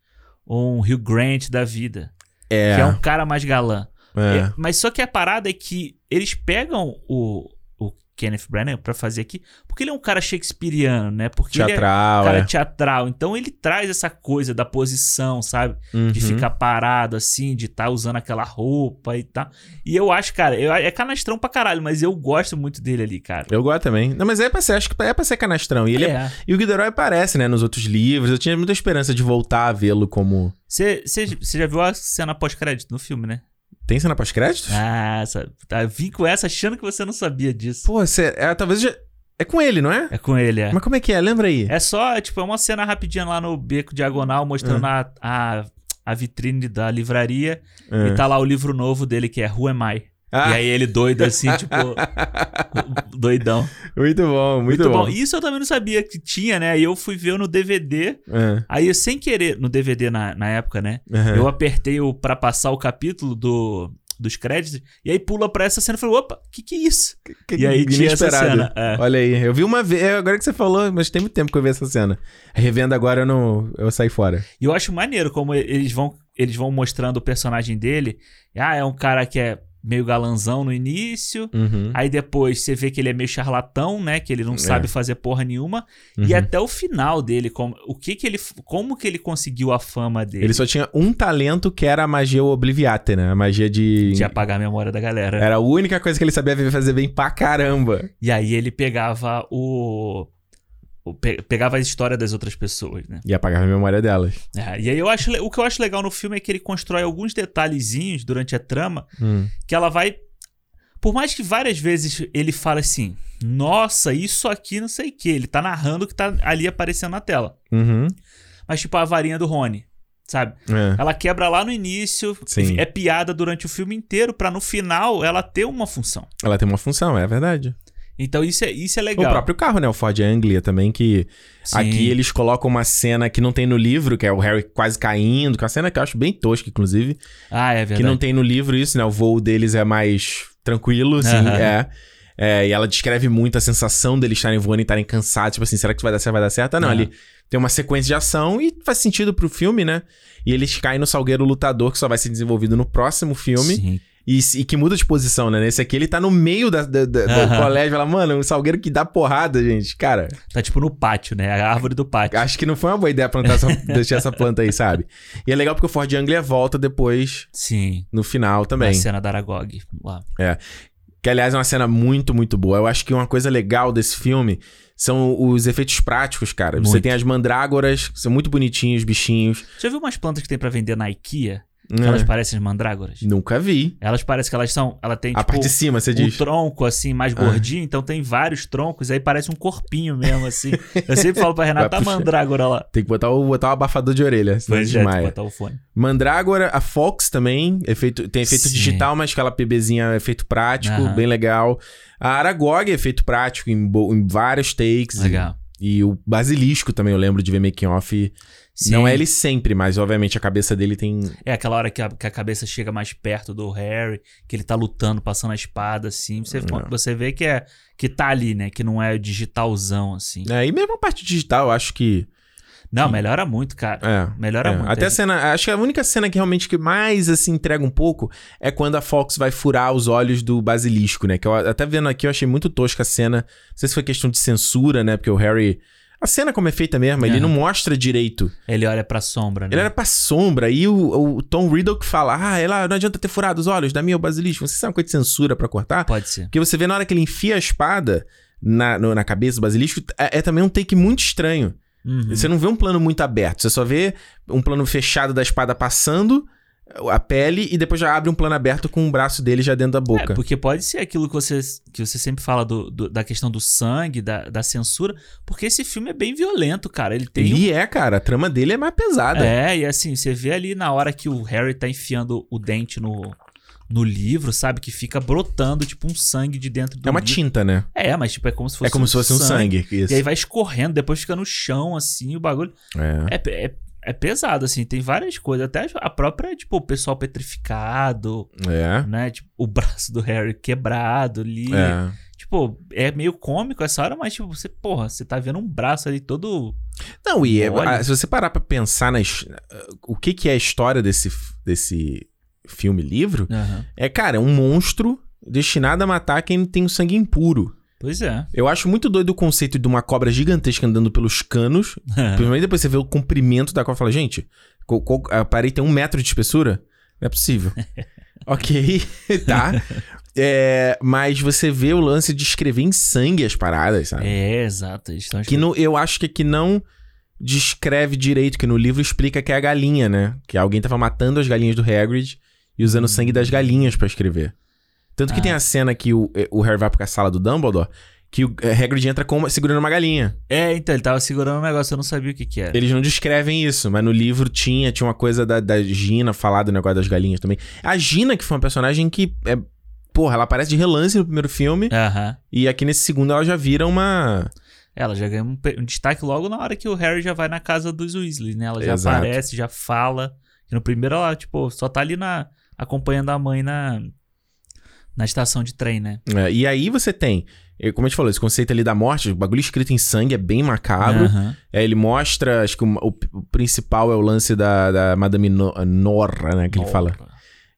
Speaker 2: ou um Hugh Grant da vida.
Speaker 1: É.
Speaker 2: Que é um cara mais galã.
Speaker 1: É.
Speaker 2: É, mas só que a parada é que eles pegam o, o Kenneth Branagh pra fazer aqui, porque ele é um cara shakespeariano, né? Porque ele é um
Speaker 1: Teatral,
Speaker 2: cara
Speaker 1: é.
Speaker 2: teatral. Então ele traz essa coisa da posição, sabe? De
Speaker 1: Uhum.
Speaker 2: ficar parado assim, de estar usando aquela roupa e tal. E eu acho, cara, eu- é canastrão pra caralho, mas eu gosto muito dele ali, cara.
Speaker 1: Eu gosto também. Não, mas é pra ser, acho que é pra ser canastrão. E, ele é-
Speaker 2: é.
Speaker 1: e o Guiderói aparece, né, nos outros livros. Eu tinha muita esperança de voltar a vê-lo como.
Speaker 2: Você já viu a cena pós-crédito no filme, né?
Speaker 1: Tem cena pós-créditos?
Speaker 2: Ah, essa, tá, eu vim com essa achando que você não sabia disso.
Speaker 1: Pô, você. É, talvez. Já... É com ele, não é?
Speaker 2: É com ele, é.
Speaker 1: Mas como é que é? Lembra aí.
Speaker 2: É só, tipo, é uma cena rapidinha lá no beco diagonal, mostrando a, a, a vitrine da livraria.
Speaker 1: É.
Speaker 2: E tá lá o livro novo dele, que é Who Am I?
Speaker 1: Ah.
Speaker 2: E aí ele doido, assim, tipo, doidão.
Speaker 1: Muito bom, muito, bom.
Speaker 2: E Isso eu também não sabia que tinha, né? Aí eu fui ver no DVD.
Speaker 1: É,
Speaker 2: Aí eu, sem querer, no DVD na, na época, né?
Speaker 1: aham.
Speaker 2: Eu apertei o pra passar o capítulo do, dos créditos. E aí pula pra essa cena e falei, opa, que que é isso?
Speaker 1: Que-
Speaker 2: e aí tinha essa
Speaker 1: inesperado.
Speaker 2: cena, é.
Speaker 1: Olha aí, eu vi uma vez, é, agora que você falou, mas tem muito tempo que eu vi essa cena. Revendo agora eu não, eu saí fora.
Speaker 2: E eu acho maneiro como e- eles vão, eles vão mostrando o personagem dele. Ah, é um cara que é meio galanzão no início.
Speaker 1: Uhum,
Speaker 2: Aí depois você vê que ele é meio charlatão, né? Que ele não sabe fazer porra nenhuma. E
Speaker 1: É. uhum.
Speaker 2: até o final dele, como, o que que ele, como que ele conseguiu a fama dele?
Speaker 1: Ele só tinha um talento que era a magia Obliviate, né? A magia de...
Speaker 2: de apagar a memória da galera.
Speaker 1: Era a única coisa que ele sabia fazer bem pra caramba.
Speaker 2: E aí ele pegava o. o pe- pegava a história das outras pessoas, né?
Speaker 1: E apagava a memória delas.
Speaker 2: É, e aí eu acho. le- O que eu acho legal no filme é que ele constrói alguns detalhezinhos durante a trama
Speaker 1: Hum.
Speaker 2: que ela vai. Por mais que várias vezes ele fala assim, nossa, isso aqui não sei o que. Ele tá narrando o que tá ali aparecendo na tela.
Speaker 1: Uhum.
Speaker 2: Mas, tipo, a varinha do Rony, sabe?
Speaker 1: É.
Speaker 2: Ela quebra lá no início,
Speaker 1: Sim.
Speaker 2: Ah, é piada durante o filme inteiro, pra no final ela ter uma função.
Speaker 1: Ela tem uma função, é verdade.
Speaker 2: Então isso é, isso é
Speaker 1: O
Speaker 2: legal.
Speaker 1: próprio carro, né? O Ford Anglia também, que
Speaker 2: Sim.
Speaker 1: Aqui eles colocam uma cena que não tem no livro, que é o Harry quase caindo, que é uma cena que eu acho bem tosca, inclusive.
Speaker 2: Ah, é
Speaker 1: Que
Speaker 2: verdade.
Speaker 1: não tem no livro isso, né? O voo deles é mais tranquilo, assim,
Speaker 2: Aham.
Speaker 1: é. É, E ela descreve muito a sensação deles estarem voando e estarem cansados, tipo assim, será que isso vai dar certo? Vai dar certo? Ah, não,
Speaker 2: Aham.
Speaker 1: ali tem uma sequência de ação e faz sentido pro filme, né? E eles caem no Salgueiro Lutador, que só vai ser desenvolvido no próximo filme.
Speaker 2: Sim.
Speaker 1: E, e que muda de posição, né? Nesse aqui ele tá no meio da, da- da- do
Speaker 2: Aham.
Speaker 1: colégio. Fala, mano, um salgueiro que dá porrada, gente. Cara.
Speaker 2: Tá tipo no pátio, né? A árvore do pátio.
Speaker 1: Acho que não foi uma boa ideia plantar essa, deixar essa planta aí, sabe? E é legal porque o Ford Anglia volta depois,
Speaker 2: Sim.
Speaker 1: no final também.
Speaker 2: A cena da Aragog. Lá.
Speaker 1: Que, aliás, é uma cena muito, muito boa. Eu acho que uma coisa legal desse filme são os efeitos práticos, cara. Você
Speaker 2: Muito.
Speaker 1: tem as mandrágoras, que são muito bonitinhos, bichinhos.
Speaker 2: Já viu umas plantas que tem pra vender na IKEA? Que
Speaker 1: Hum,
Speaker 2: elas parecem as mandrágoras?
Speaker 1: Nunca vi.
Speaker 2: Elas parecem que elas são. Ela tem
Speaker 1: A parte de
Speaker 2: tipo.
Speaker 1: cima, você
Speaker 2: Um
Speaker 1: diz. Ah.
Speaker 2: tronco, assim, mais gordinho, então tem vários troncos, aí parece um corpinho mesmo, assim. Eu sempre falo pra Renata,
Speaker 1: Vai
Speaker 2: tá
Speaker 1: puxar.
Speaker 2: mandrágora lá.
Speaker 1: Tem que botar o, botar o abafador de orelha, senão
Speaker 2: Pois é, tem que
Speaker 1: desmaia.
Speaker 2: botar o fone.
Speaker 1: Mandrágora, a Fox também, efeito, tem efeito
Speaker 2: Sim.
Speaker 1: digital, mas aquela PBzinha é efeito prático,
Speaker 2: Aham.
Speaker 1: bem legal. A Aragog é efeito prático em, bo- em vários takes. e-
Speaker 2: Legal.
Speaker 1: E o Basilisco também, eu lembro de ver making off.
Speaker 2: Sim.
Speaker 1: Não é ele sempre, mas obviamente a cabeça dele tem.
Speaker 2: É aquela hora que a, que a cabeça chega mais perto do Harry, que ele tá lutando, passando a espada, assim. Você,
Speaker 1: É.
Speaker 2: você vê que é que tá ali, né? Que não é digitalzão, assim.
Speaker 1: É, e mesmo a parte digital, eu acho que.
Speaker 2: Não, melhora muito, cara.
Speaker 1: É.
Speaker 2: Melhora
Speaker 1: é.
Speaker 2: muito.
Speaker 1: Até a
Speaker 2: aí.
Speaker 1: cena. Acho que a única cena que realmente que mais assim entrega um pouco é quando a Fox vai furar os olhos do basilisco, né? Que eu até vendo aqui eu achei muito tosca a cena. Não sei se foi questão de censura, né? Porque o Harry. A cena como é feita mesmo, ele
Speaker 2: É.
Speaker 1: não mostra direito.
Speaker 2: Ele olha pra sombra, né?
Speaker 1: Ele era pra sombra, e o, o Tom Riddle que fala: Ah, ela não adianta ter furado os olhos da minha, o basilisco. Não sei se é uma coisa de censura pra cortar.
Speaker 2: Pode ser.
Speaker 1: Porque você vê na hora que ele enfia a espada na, no- na cabeça do basilisco, é, é também um take muito estranho.
Speaker 2: Uhum.
Speaker 1: Você não vê um plano muito aberto, você só vê um plano fechado da espada passando a pele e depois já abre um plano aberto com o braço dele já dentro da boca.
Speaker 2: É, porque pode ser aquilo que você, que você sempre fala do- do- da questão do sangue, da, da censura, porque esse filme é bem violento, cara. Ele tem. um-
Speaker 1: E é, cara, a trama dele é mais pesada.
Speaker 2: É, e assim, você vê ali na hora que o Harry tá enfiando o dente no, no livro, sabe? Que fica brotando, tipo, um sangue de dentro do
Speaker 1: É uma
Speaker 2: livro.
Speaker 1: tinta, né?
Speaker 2: É, mas tipo, é como se fosse
Speaker 1: É como se fosse um sangue. Isso.
Speaker 2: E aí vai escorrendo, depois fica no chão, assim, o bagulho.
Speaker 1: É.
Speaker 2: É, pe- é, é pesado, assim, tem várias coisas. Até a própria, tipo, o pessoal petrificado,
Speaker 1: É.
Speaker 2: né? Tipo, o braço do Harry quebrado ali.
Speaker 1: É.
Speaker 2: Tipo, é meio cômico essa hora, mas tipo, você, porra, você tá vendo um braço ali todo.
Speaker 1: Não, e é-
Speaker 2: Olha.
Speaker 1: ah, se você parar pra pensar nas, o que, que é a história desse, desse filme, livro, é, cara, um monstro destinado a matar quem tem o sangue impuro.
Speaker 2: Pois é.
Speaker 1: Eu acho muito doido o conceito de uma cobra gigantesca andando pelos canos. Principalmente depois você vê o comprimento da cobra e fala, gente, co- co- a parede tem um metro de espessura? Não é possível. ok, tá. É, mas você vê o lance de escrever em sangue as paradas, sabe?
Speaker 2: É, exato. eles estão
Speaker 1: Que no, eu acho que aqui não descreve direito, que no livro explica que é a galinha, né? Que alguém tava matando as galinhas do Hagrid e usando o sangue das galinhas pra escrever. Tanto que
Speaker 2: Hum. Ah.
Speaker 1: tem a cena que o, eh, o Harry vai pra sala do Dumbledore, que o eh, Hagrid entra com uma- segurando uma galinha.
Speaker 2: É, então, ele tava segurando um negócio, eu não sabia o que que era.
Speaker 1: Eles não descrevem isso, mas no livro tinha, tinha uma coisa da, da Gina falar do negócio das galinhas também. A Gina, que foi uma personagem que é... Porra, ela aparece de relance no primeiro filme,
Speaker 2: Aham.
Speaker 1: e aqui nesse segundo ela já vira uma...
Speaker 2: Ela já ganha um, pe- um destaque logo na hora que o Harry já vai na casa dos Weasley, né? Ela já
Speaker 1: Exato.
Speaker 2: aparece, já fala. E no primeiro ela, tipo, só tá ali na, acompanhando a mãe na, na estação de trem, né?
Speaker 1: É, e aí você tem, eh, como a gente falou, esse conceito ali da morte, o bagulho escrito em sangue é bem macabro.
Speaker 2: Aham.
Speaker 1: É, ele mostra, acho que o, o- o principal é o lance da, da Madame No- Norra, né? Que ele fala.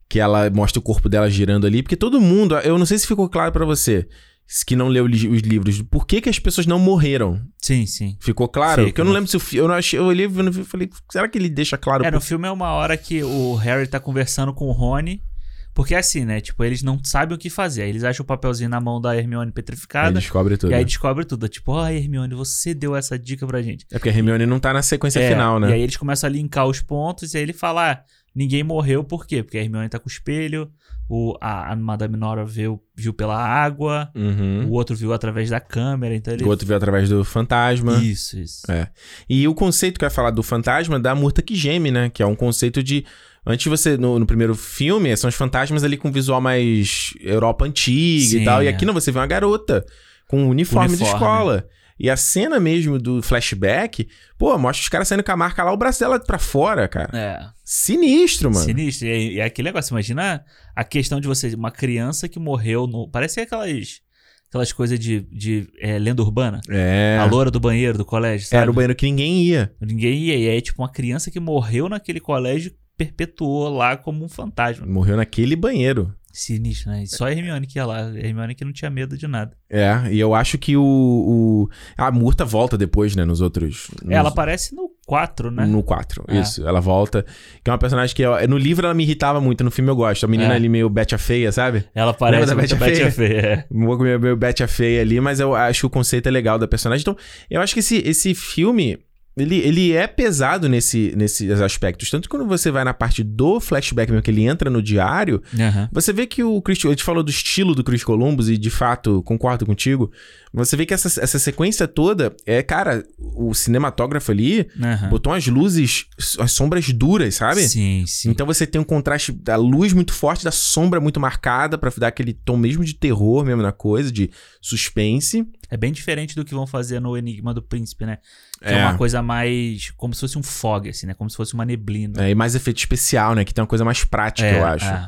Speaker 1: Que ela mostra o corpo dela girando ali. Porque todo mundo, eu não sei se ficou claro pra você, se que não leu li- os livros, por que, que as pessoas não morreram?
Speaker 2: Sim, sim.
Speaker 1: Ficou claro?
Speaker 2: Fica,
Speaker 1: Porque eu não
Speaker 2: né?
Speaker 1: lembro se o fi- eu não achei, eu olhei eu não vi- eu falei, será que ele deixa claro?
Speaker 2: É,
Speaker 1: por-
Speaker 2: no filme é uma hora que o Harry tá conversando com o Rony. Porque é assim, né? Tipo, eles não sabem o que fazer. Aí eles acham o papelzinho na mão da Hermione
Speaker 1: Aí
Speaker 2: petrificada.
Speaker 1: descobre tudo.
Speaker 2: e aí descobre tudo. Tipo, ó, Hermione, você deu essa dica pra gente.
Speaker 1: É porque a Hermione não tá na sequência
Speaker 2: É,
Speaker 1: final, né?
Speaker 2: E aí eles começam a linkar os pontos e aí ele fala: ah, ninguém morreu, por quê? Porque a Hermione tá com o espelho, o, a, a Madame Nora viu, viu pela água,
Speaker 1: Uhum.
Speaker 2: o outro viu através da câmera, então ele.
Speaker 1: O outro veio através do fantasma.
Speaker 2: Isso, isso.
Speaker 1: É. E o conceito que eu ia falar do fantasma é da murta que geme, né? Que é um conceito de. Antes você, no, no primeiro filme, são os fantasmas ali com visual mais Europa antiga e
Speaker 2: Sim,
Speaker 1: tal. E
Speaker 2: é.
Speaker 1: aqui não, você vê uma garota com um uniforme, de
Speaker 2: Uniforme.
Speaker 1: escola. E a cena mesmo do flashback, pô, mostra os caras saindo com a marca lá, o braço dela pra fora, cara.
Speaker 2: É,
Speaker 1: Sinistro, mano.
Speaker 2: sinistro. E, aí- e é aquele negócio, imagina a questão de você, uma criança que morreu no. Parece aquelas, aquelas coisas de, de é, lenda urbana.
Speaker 1: É.
Speaker 2: A loura do banheiro do colégio, sabe?
Speaker 1: Era o banheiro que ninguém ia.
Speaker 2: Ninguém ia. E aí, tipo, uma criança que morreu naquele colégio perpetuou lá como um fantasma.
Speaker 1: Morreu naquele banheiro.
Speaker 2: Sinistro, né? E Só a Hermione que ia lá. A Hermione que não tinha medo de nada.
Speaker 1: É, e eu acho que o. o- A murta volta depois, né? Nos outros. nos-
Speaker 2: Ela aparece no 4, né?
Speaker 1: No 4,
Speaker 2: É.
Speaker 1: isso. Ela volta. Que é uma personagem que, ó, no livro ela me irritava muito, no filme eu gosto. A menina
Speaker 2: É.
Speaker 1: ali meio Betty a feia, sabe?
Speaker 2: Ela aparece
Speaker 1: Lembra da
Speaker 2: muito
Speaker 1: Betty
Speaker 2: Betty a Feia. é.
Speaker 1: Um pouco meio, meio Betty a feia ali, mas eu acho que o conceito é legal da personagem. Então, eu acho que esse, esse filme, ele, ele é pesado nesse, nesses aspectos. Tanto que quando você vai na parte do flashback mesmo, que ele entra no diário,
Speaker 2: É. Aham.
Speaker 1: você vê que o Chris... A gente falou do estilo do Chris Columbus e, de fato, concordo contigo. Você vê que essa, essa sequência toda é, cara, o cinematógrafo ali...
Speaker 2: Aham.
Speaker 1: Botou as luzes, as sombras duras, sabe?
Speaker 2: Ah. Sim, sim.
Speaker 1: Então você tem um contraste da luz muito forte, da sombra muito marcada, pra dar aquele tom mesmo de terror mesmo na coisa, de suspense.
Speaker 2: É bem diferente do que vão fazer no Enigma do Príncipe, né? Que é. uma coisa mais. Como se fosse um fog, assim, né? Como se fosse uma neblina.
Speaker 1: É, e mais efeito especial, né? Que tem uma coisa mais prática, eu acho.
Speaker 2: é.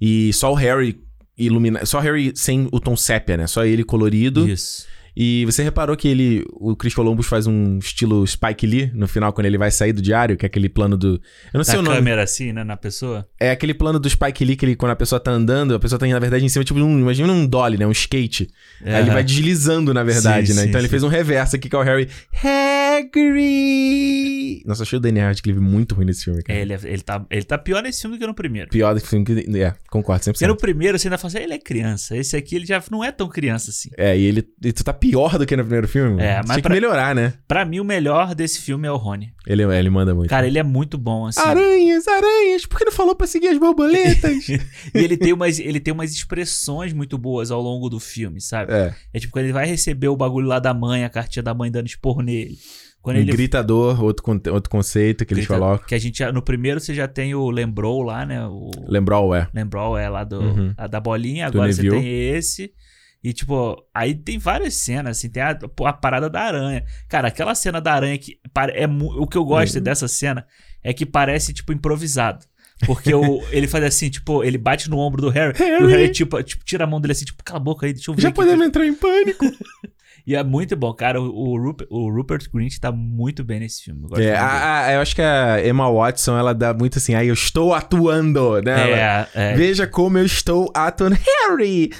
Speaker 1: E só o Harry ilumina, só o Harry sem o tom sépia, né? Só ele colorido.
Speaker 2: Isso.
Speaker 1: E você reparou que ele, o Chris Columbus faz um estilo Spike Lee no final quando ele vai sair do diário, que é aquele plano do, eu não sei
Speaker 2: Da
Speaker 1: o nome.
Speaker 2: câmera, assim, né? Na pessoa.
Speaker 1: É aquele plano do Spike Lee que ele, quando a pessoa tá andando, a pessoa tá, na verdade, em cima, tipo, um, imagina um dolly, né? Um skate. Aí ele vai deslizando, na verdade,
Speaker 2: Sim,
Speaker 1: né?
Speaker 2: sim,
Speaker 1: então ele
Speaker 2: sim.
Speaker 1: fez um reverso aqui que é o Harry Hagrid. Nossa, achei o Daniel Radcliffe muito ruim nesse filme, cara.
Speaker 2: É, ele, é- ele, tá, ele tá pior nesse filme do que no primeiro.
Speaker 1: Pior do que filme que... É, concordo,
Speaker 2: Porque
Speaker 1: 100%.
Speaker 2: no primeiro você ainda fala assim, "Ah, ele é criança. Esse aqui ele já não é tão criança assim.
Speaker 1: É, e ele... E tu tá pior do que no primeiro filme, mano.
Speaker 2: É, mas
Speaker 1: Tinha que
Speaker 2: pra-
Speaker 1: melhorar, né?
Speaker 2: Pra mim, o melhor desse filme é o Rony.
Speaker 1: Ele, ele manda muito.
Speaker 2: Cara, ele é muito bom,
Speaker 1: Ah,
Speaker 2: assim.
Speaker 1: Aranhas, aranhas, por que não falou pra seguir as borboletas?
Speaker 2: E ele tem, umas, ele tem umas expressões muito boas ao longo do filme, sabe? É,
Speaker 1: é,
Speaker 2: tipo quando ele vai receber o bagulho lá da mãe, a cartinha da mãe dando esporro nele. Quando
Speaker 1: um
Speaker 2: ele
Speaker 1: gritador, outro, con- outro conceito que eles
Speaker 2: grita-
Speaker 1: colocam.
Speaker 2: Que a gente, já- no primeiro você já tem o Lembrou lá, né? O
Speaker 1: Lembrou, é.
Speaker 2: Lembrou é lá do,
Speaker 1: Uhum.
Speaker 2: a da bolinha,
Speaker 1: Do
Speaker 2: agora você
Speaker 1: Neville.
Speaker 2: tem esse. E, tipo, aí tem várias cenas, assim, tem a, pô, a parada da aranha. Cara, aquela cena da aranha que. pare- É, mu- o que eu gosto
Speaker 1: Uhum.
Speaker 2: dessa cena é que parece, tipo, improvisado. Porque o, ele faz assim, tipo, ele bate no ombro do Harry, e o
Speaker 1: Harry!
Speaker 2: Harry, tipo, tipo, tira a mão dele assim, tipo, cala a boca aí, deixa eu ver.
Speaker 1: Já
Speaker 2: aqui,
Speaker 1: podemos entrar em pânico.
Speaker 2: E é muito bom, cara. O, o Rupert, o Rupert Grint tá muito bem nesse filme. Eu gosto
Speaker 1: É,
Speaker 2: muito dele.
Speaker 1: a- a- eu acho que a Emma Watson, ela dá muito assim, aí eu estou atuando, né? Ela,
Speaker 2: é, é.
Speaker 1: Veja como eu estou atuando. Harry!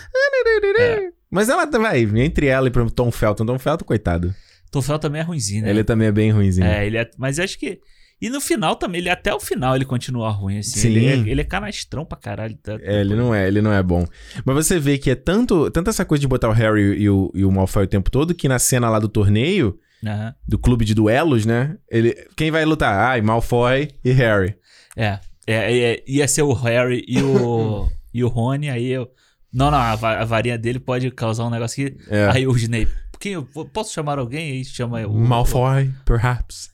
Speaker 2: É.
Speaker 1: Mas ela tá- vai, entre ela e pro Tom Felton. Tom Felton, coitado.
Speaker 2: Tofel também é ruimzinho, né?
Speaker 1: Ele também é bem ruimzinho.
Speaker 2: É, ele é. Mas eu acho que. E no final também, ele até o final ele continua ruim, assim.
Speaker 1: Sim.
Speaker 2: Ele, é, ele é canastrão pra caralho. tá-
Speaker 1: É, ele não é, ele não é bom. Mas você vê que é tanto, tanto essa coisa de botar o Harry e o, e o Malfoy o tempo todo, que na cena lá do torneio,
Speaker 2: tá, Aham.
Speaker 1: do clube de duelos, né? Ele, quem vai lutar? Ai, Malfoy e Harry.
Speaker 2: É. É, é, Ia ser o Harry e o. e o Rony, aí eu. Não, não, a, va- a varinha dele pode causar um negócio que.
Speaker 1: É.
Speaker 2: Aí o Snape. Quem eu po- posso chamar alguém? Aí chama eu.
Speaker 1: Malfoy, perhaps.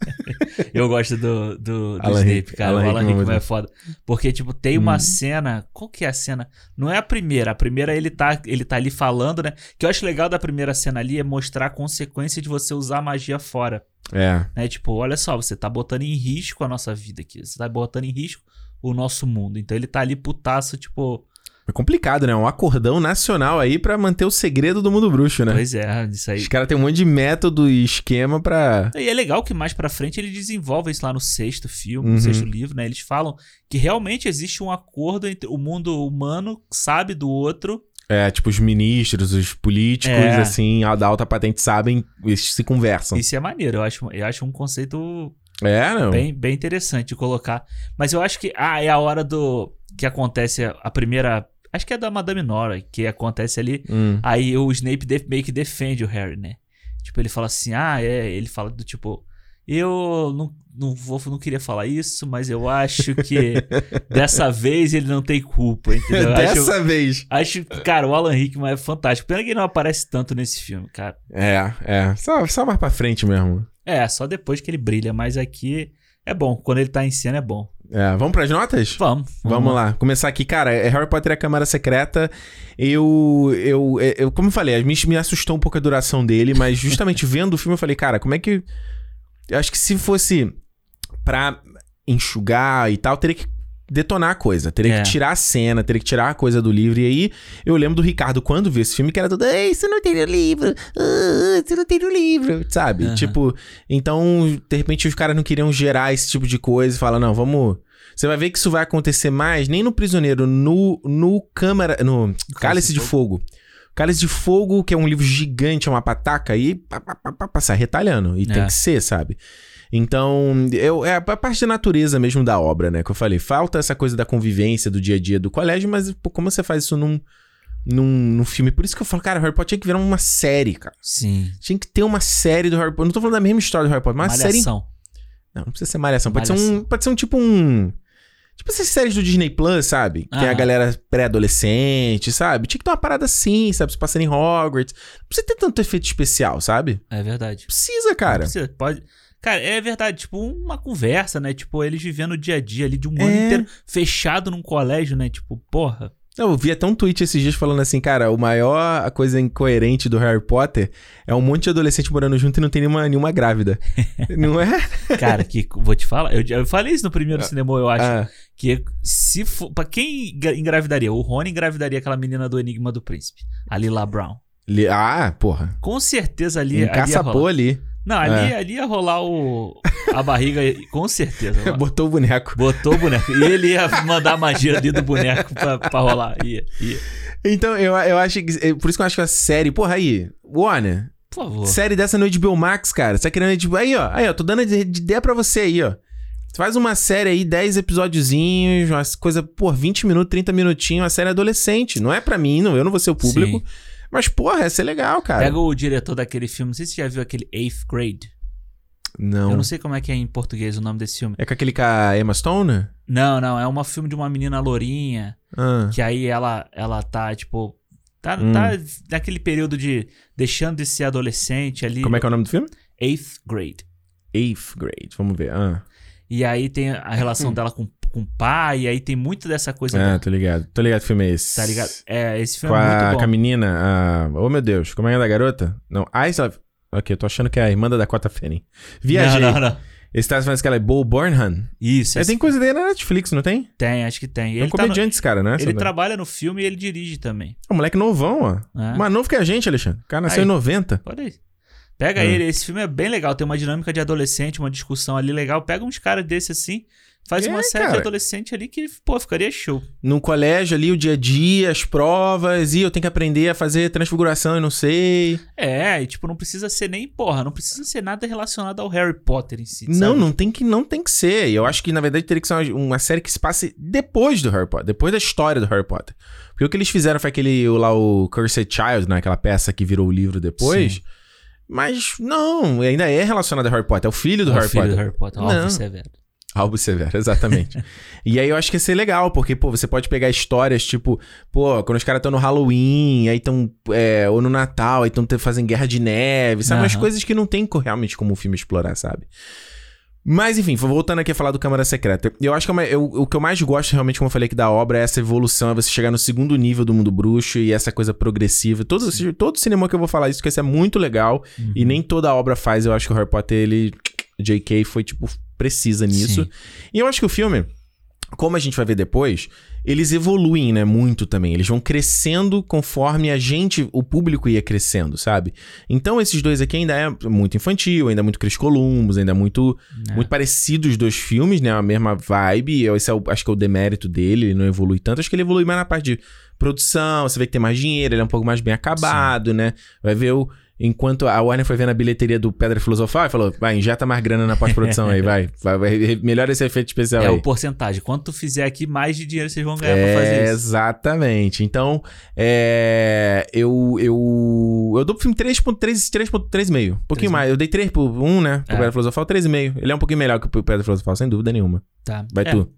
Speaker 2: Eu gosto do, do, do
Speaker 1: Alan
Speaker 2: Snape,
Speaker 1: Rick-
Speaker 2: cara.
Speaker 1: Alan
Speaker 2: o Alan
Speaker 1: Rickman é
Speaker 2: Rickman,
Speaker 1: muito Uhum.
Speaker 2: é foda. Porque, tipo, tem uma cena. Qual que é a cena? Não é a primeira. A primeira ele tá, ele tá ali falando, né? Que eu acho legal da primeira cena ali é mostrar a consequência de você usar a magia fora.
Speaker 1: É.
Speaker 2: Né? Tipo, olha só, você tá botando em risco a nossa vida aqui. Você tá botando em risco o nosso mundo. Então ele tá ali putaço, tipo.
Speaker 1: É complicado, né? Um acordão nacional aí pra manter o segredo do mundo bruxo, né?
Speaker 2: Pois é, isso aí.
Speaker 1: Os caras têm um monte de método e esquema pra.
Speaker 2: E é legal que mais pra frente ele desenvolve isso lá no sexto filme,
Speaker 1: Uhum.
Speaker 2: no sexto livro, né? Eles falam que realmente existe um acordo entre o mundo humano sabe do outro.
Speaker 1: É, tipo, os ministros, os políticos,
Speaker 2: É.
Speaker 1: assim, a da alta patente sabem, eles se conversam.
Speaker 2: Isso é maneiro, eu acho, eu acho um conceito
Speaker 1: É, não?
Speaker 2: bem, bem interessante de colocar. Mas eu acho que ah, é a hora do que acontece a primeira, acho que é da Madame Nora, que acontece ali
Speaker 1: Hum.
Speaker 2: Aí o Snape de- meio que defende o Harry, né? Tipo, ele fala assim, ah, é, ele fala do tipo, eu não, não vou, não queria falar isso, mas eu acho que dessa vez ele não tem culpa, entendeu? Eu acho-
Speaker 1: Dessa vez.
Speaker 2: Acho, cara, o Alan Rickman é fantástico. Pena que ele não aparece tanto nesse filme, cara.
Speaker 1: É, é. Só, só mais pra frente mesmo.
Speaker 2: É, só depois que ele brilha, mas aqui é bom. Quando ele tá em cena é bom.
Speaker 1: É, vamos pras notas?
Speaker 2: Vamos.
Speaker 1: Vamos lá, começar aqui. Cara, é Harry Potter e a Câmara Secreta. Eu, eu, é- eu como eu falei, me, me assustou um pouco a duração dele, mas justamente vendo o filme eu falei, cara, como é que. Eu acho que se fosse pra enxugar e tal, teria que detonar a coisa, teria
Speaker 2: É.
Speaker 1: que tirar a cena, teria que tirar a coisa do livro. E aí eu lembro do Ricardo quando viu esse filme que era todo, Ei, você não tem o livro, ah, você não tem o livro, sabe?
Speaker 2: Aham.
Speaker 1: Tipo, então de repente os caras não queriam gerar esse tipo de coisa e falar, não, vamos. Você vai ver que isso vai acontecer mais, nem no Prisioneiro, no, no Câmara. No Cálice de Fogo. Cálice de Fogo, que é um livro gigante, é uma pataca, e pá, pá, pá, pá, pá, sai retalhando. E tem
Speaker 2: É.
Speaker 1: que ser, sabe? Então, eu, é a parte da natureza mesmo da obra, né? Que eu falei, falta essa coisa da convivência, do dia a dia do colégio, mas pô, como você faz isso num, num, num filme? Por isso que eu falo, cara, Harry Potter tinha que virar uma série, cara.
Speaker 2: Sim.
Speaker 1: Tinha que ter uma série do Harry Potter. Não tô falando da mesma história do Harry Potter, mas uma série
Speaker 2: Malhação.
Speaker 1: não, não precisa ser malhação. Pode ser um.
Speaker 2: Malhação.
Speaker 1: Pode ser um tipo um. Tipo essas séries do Disney Plus, sabe? Que é a
Speaker 2: Aham.
Speaker 1: galera pré-adolescente, sabe? Tinha que ter uma parada assim, sabe? Se passando em Hogwarts. Não precisa ter tanto efeito especial, sabe?
Speaker 2: É verdade.
Speaker 1: Precisa, cara.
Speaker 2: Precisa, Tipo, pode. Cara, é verdade, tipo, uma conversa, né? Tipo, eles vivendo o dia a dia ali de um
Speaker 1: É.
Speaker 2: ano inteiro fechado num colégio, né? Tipo, porra.
Speaker 1: Não, eu vi até um tweet esses dias falando assim, cara, o maior a coisa incoerente do Harry Potter é um monte de adolescente morando junto e não tem nenhuma, nenhuma grávida. não é?
Speaker 2: Cara, que vou te falar. Eu, eu falei isso no primeiro cinema, eu acho.
Speaker 1: Ah,
Speaker 2: Que se for. Pra quem engra- engravidaria? O Rony engravidaria aquela menina do Enigma do Príncipe, a Lila Brown.
Speaker 1: li- ah, porra.
Speaker 2: Com certeza ali. é
Speaker 1: Um
Speaker 2: ali ia
Speaker 1: caçapô
Speaker 2: rolar.
Speaker 1: ali.
Speaker 2: Não, ali,
Speaker 1: É.
Speaker 2: ali ia rolar o. A barriga, com certeza.
Speaker 1: Botou o boneco.
Speaker 2: Botou o boneco. E ele ia mandar a magia ali do boneco pra, pra rolar. Ia, ia.
Speaker 1: Então, eu, eu acho que. é Por isso que eu acho que a série. Porra, aí. Warner,
Speaker 2: Por favor.
Speaker 1: série dessa noite HBO Max, cara. Você tá querendo. HBO Aí, ó. Aí, ó. Tô dando de- de ideia pra você aí, ó. Você faz uma série aí, 10 episódiozinhos, umas coisa, por 20 minutos, 30 minutinhos, uma série adolescente. Não é pra mim, não, eu não vou ser o público. Mas, porra, ia ser legal, cara.
Speaker 2: Pega o diretor daquele filme, não sei se você já viu aquele Eighth Grade.
Speaker 1: Não.
Speaker 2: Eu não sei como é que é em português o nome desse filme.
Speaker 1: É com aquele cara Emma Stone?
Speaker 2: Não, não, é um filme de uma menina lourinha,
Speaker 1: Ah.
Speaker 2: que aí ela, ela tá, tipo, tá,
Speaker 1: Hum.
Speaker 2: tá naquele período de deixando de ser adolescente ali.
Speaker 1: Como é que é o nome do filme?
Speaker 2: Eighth Grade.
Speaker 1: Eighth Grade, vamos ver. Ah,
Speaker 2: E aí tem a relação dela com, com o pai, e aí tem muito dessa coisa,
Speaker 1: ah Hum. tô ligado. Tô ligado que filme é esse.
Speaker 2: é. tá ligado? É, esse
Speaker 1: Com
Speaker 2: filme é
Speaker 1: a,
Speaker 2: muito bom.
Speaker 1: com a menina, a... Oh, meu Deus, como é que é da garota? Não, Eyes of... Ok, eu tô achando que é a irmã da Dakota Fanning. Viajei.
Speaker 2: Não, não, não.
Speaker 1: Esse tá falando que ela é Bo Burnham.
Speaker 2: Isso,
Speaker 1: É,
Speaker 2: esse-
Speaker 1: tem coisa dele na Netflix, não tem?
Speaker 2: tem, acho que tem.
Speaker 1: é um
Speaker 2: Ele, tá no-
Speaker 1: comediante esse cara, né?
Speaker 2: ele
Speaker 1: Sandra?
Speaker 2: trabalha no filme e ele dirige também.
Speaker 1: É um moleque novão, ó.
Speaker 2: É.
Speaker 1: Mais novo que a gente, Alexandre. O cara nasceu
Speaker 2: Aí.
Speaker 1: em 90.
Speaker 2: Pode aí. Pega
Speaker 1: É.
Speaker 2: ele, esse filme é bem legal, tem uma dinâmica de adolescente, uma discussão ali legal. Pega uns caras desse assim, faz
Speaker 1: É,
Speaker 2: uma série de
Speaker 1: cara.
Speaker 2: adolescente ali que, pô, ficaria show.
Speaker 1: No colégio ali, o dia a dia, as provas, e eu tenho que aprender a fazer transfiguração, eu não sei.
Speaker 2: É, e tipo, não precisa ser nem, porra, não precisa ser nada relacionado ao Harry Potter em si.
Speaker 1: Não,
Speaker 2: sabe?
Speaker 1: não tem que não tem que ser. E Eu acho que, na verdade, teria que ser uma, uma série que se passe depois do Harry Potter, depois da história do Harry Potter. Porque o que eles fizeram foi aquele o, lá, o Cursed Child, né? Aquela peça que virou o livro depois.
Speaker 2: Sim.
Speaker 1: Mas não, ainda é relacionado ao Harry Potter. É o filho do
Speaker 2: É o
Speaker 1: Harry
Speaker 2: filho
Speaker 1: Potter.
Speaker 2: do Harry Potter,
Speaker 1: Não.
Speaker 2: óbvio, é severo.
Speaker 1: Albo Severo, exatamente. e aí eu acho que ia ser legal, porque, pô, você pode pegar histórias tipo, pô, quando os caras estão no Halloween, aí estão. ou no Natal, aí estão fazendo guerra de neve, sabe? Umas
Speaker 2: Aham.
Speaker 1: coisas que não tem co- realmente como o filme explorar, sabe? Mas enfim, voltando aqui a falar do Câmara Secreta. Eu acho que é uma- eu- o que eu mais gosto, realmente, como eu falei aqui da obra, é essa evolução, é você chegar no segundo nível do mundo bruxo e essa coisa progressiva. Todo, todo cinema que eu vou falar isso, que isso é muito legal.
Speaker 2: Uhum.
Speaker 1: E nem toda obra faz, eu acho que o Harry Potter, ele. JK foi, tipo, precisa nisso.
Speaker 2: Sim.
Speaker 1: E eu acho que o filme, como a gente vai ver depois, eles evoluem, né, muito também. Eles vão crescendo conforme a gente, o público ia crescendo, sabe? Então esses dois aqui ainda é muito infantil, ainda é muito Chris Columbus, ainda é muito,
Speaker 2: É.
Speaker 1: muito parecidos os dois filmes, né? A mesma vibe. Eu, esse é o- acho que é o demérito dele, ele não evolui tanto. Acho que ele evolui mais na parte de produção, você vê que tem mais dinheiro, ele é um pouco mais bem acabado, né? Vai ver o. Enquanto a Warner foi vendo a bilheteria do Pedra Filosofal e falou: vai, injeta mais grana na pós-produção aí, vai, vai, vai. Melhora esse efeito especial
Speaker 2: É
Speaker 1: aí.
Speaker 2: o porcentagem. Quanto tu fizer aqui, mais de dinheiro vocês vão ganhar
Speaker 1: É,
Speaker 2: pra fazer isso.
Speaker 1: Exatamente. Então, é, eu, eu, eu dou pro filme 3.3, 3.3,5. Um pouquinho
Speaker 2: 3,5.
Speaker 1: mais. Eu dei 3 por 1, né? Pro
Speaker 2: É.
Speaker 1: Pedra Filosofal, 3,5. Ele é um pouquinho melhor que o Pedra Filosofal, sem dúvida nenhuma.
Speaker 2: Tá.
Speaker 1: Vai
Speaker 2: É.
Speaker 1: tu.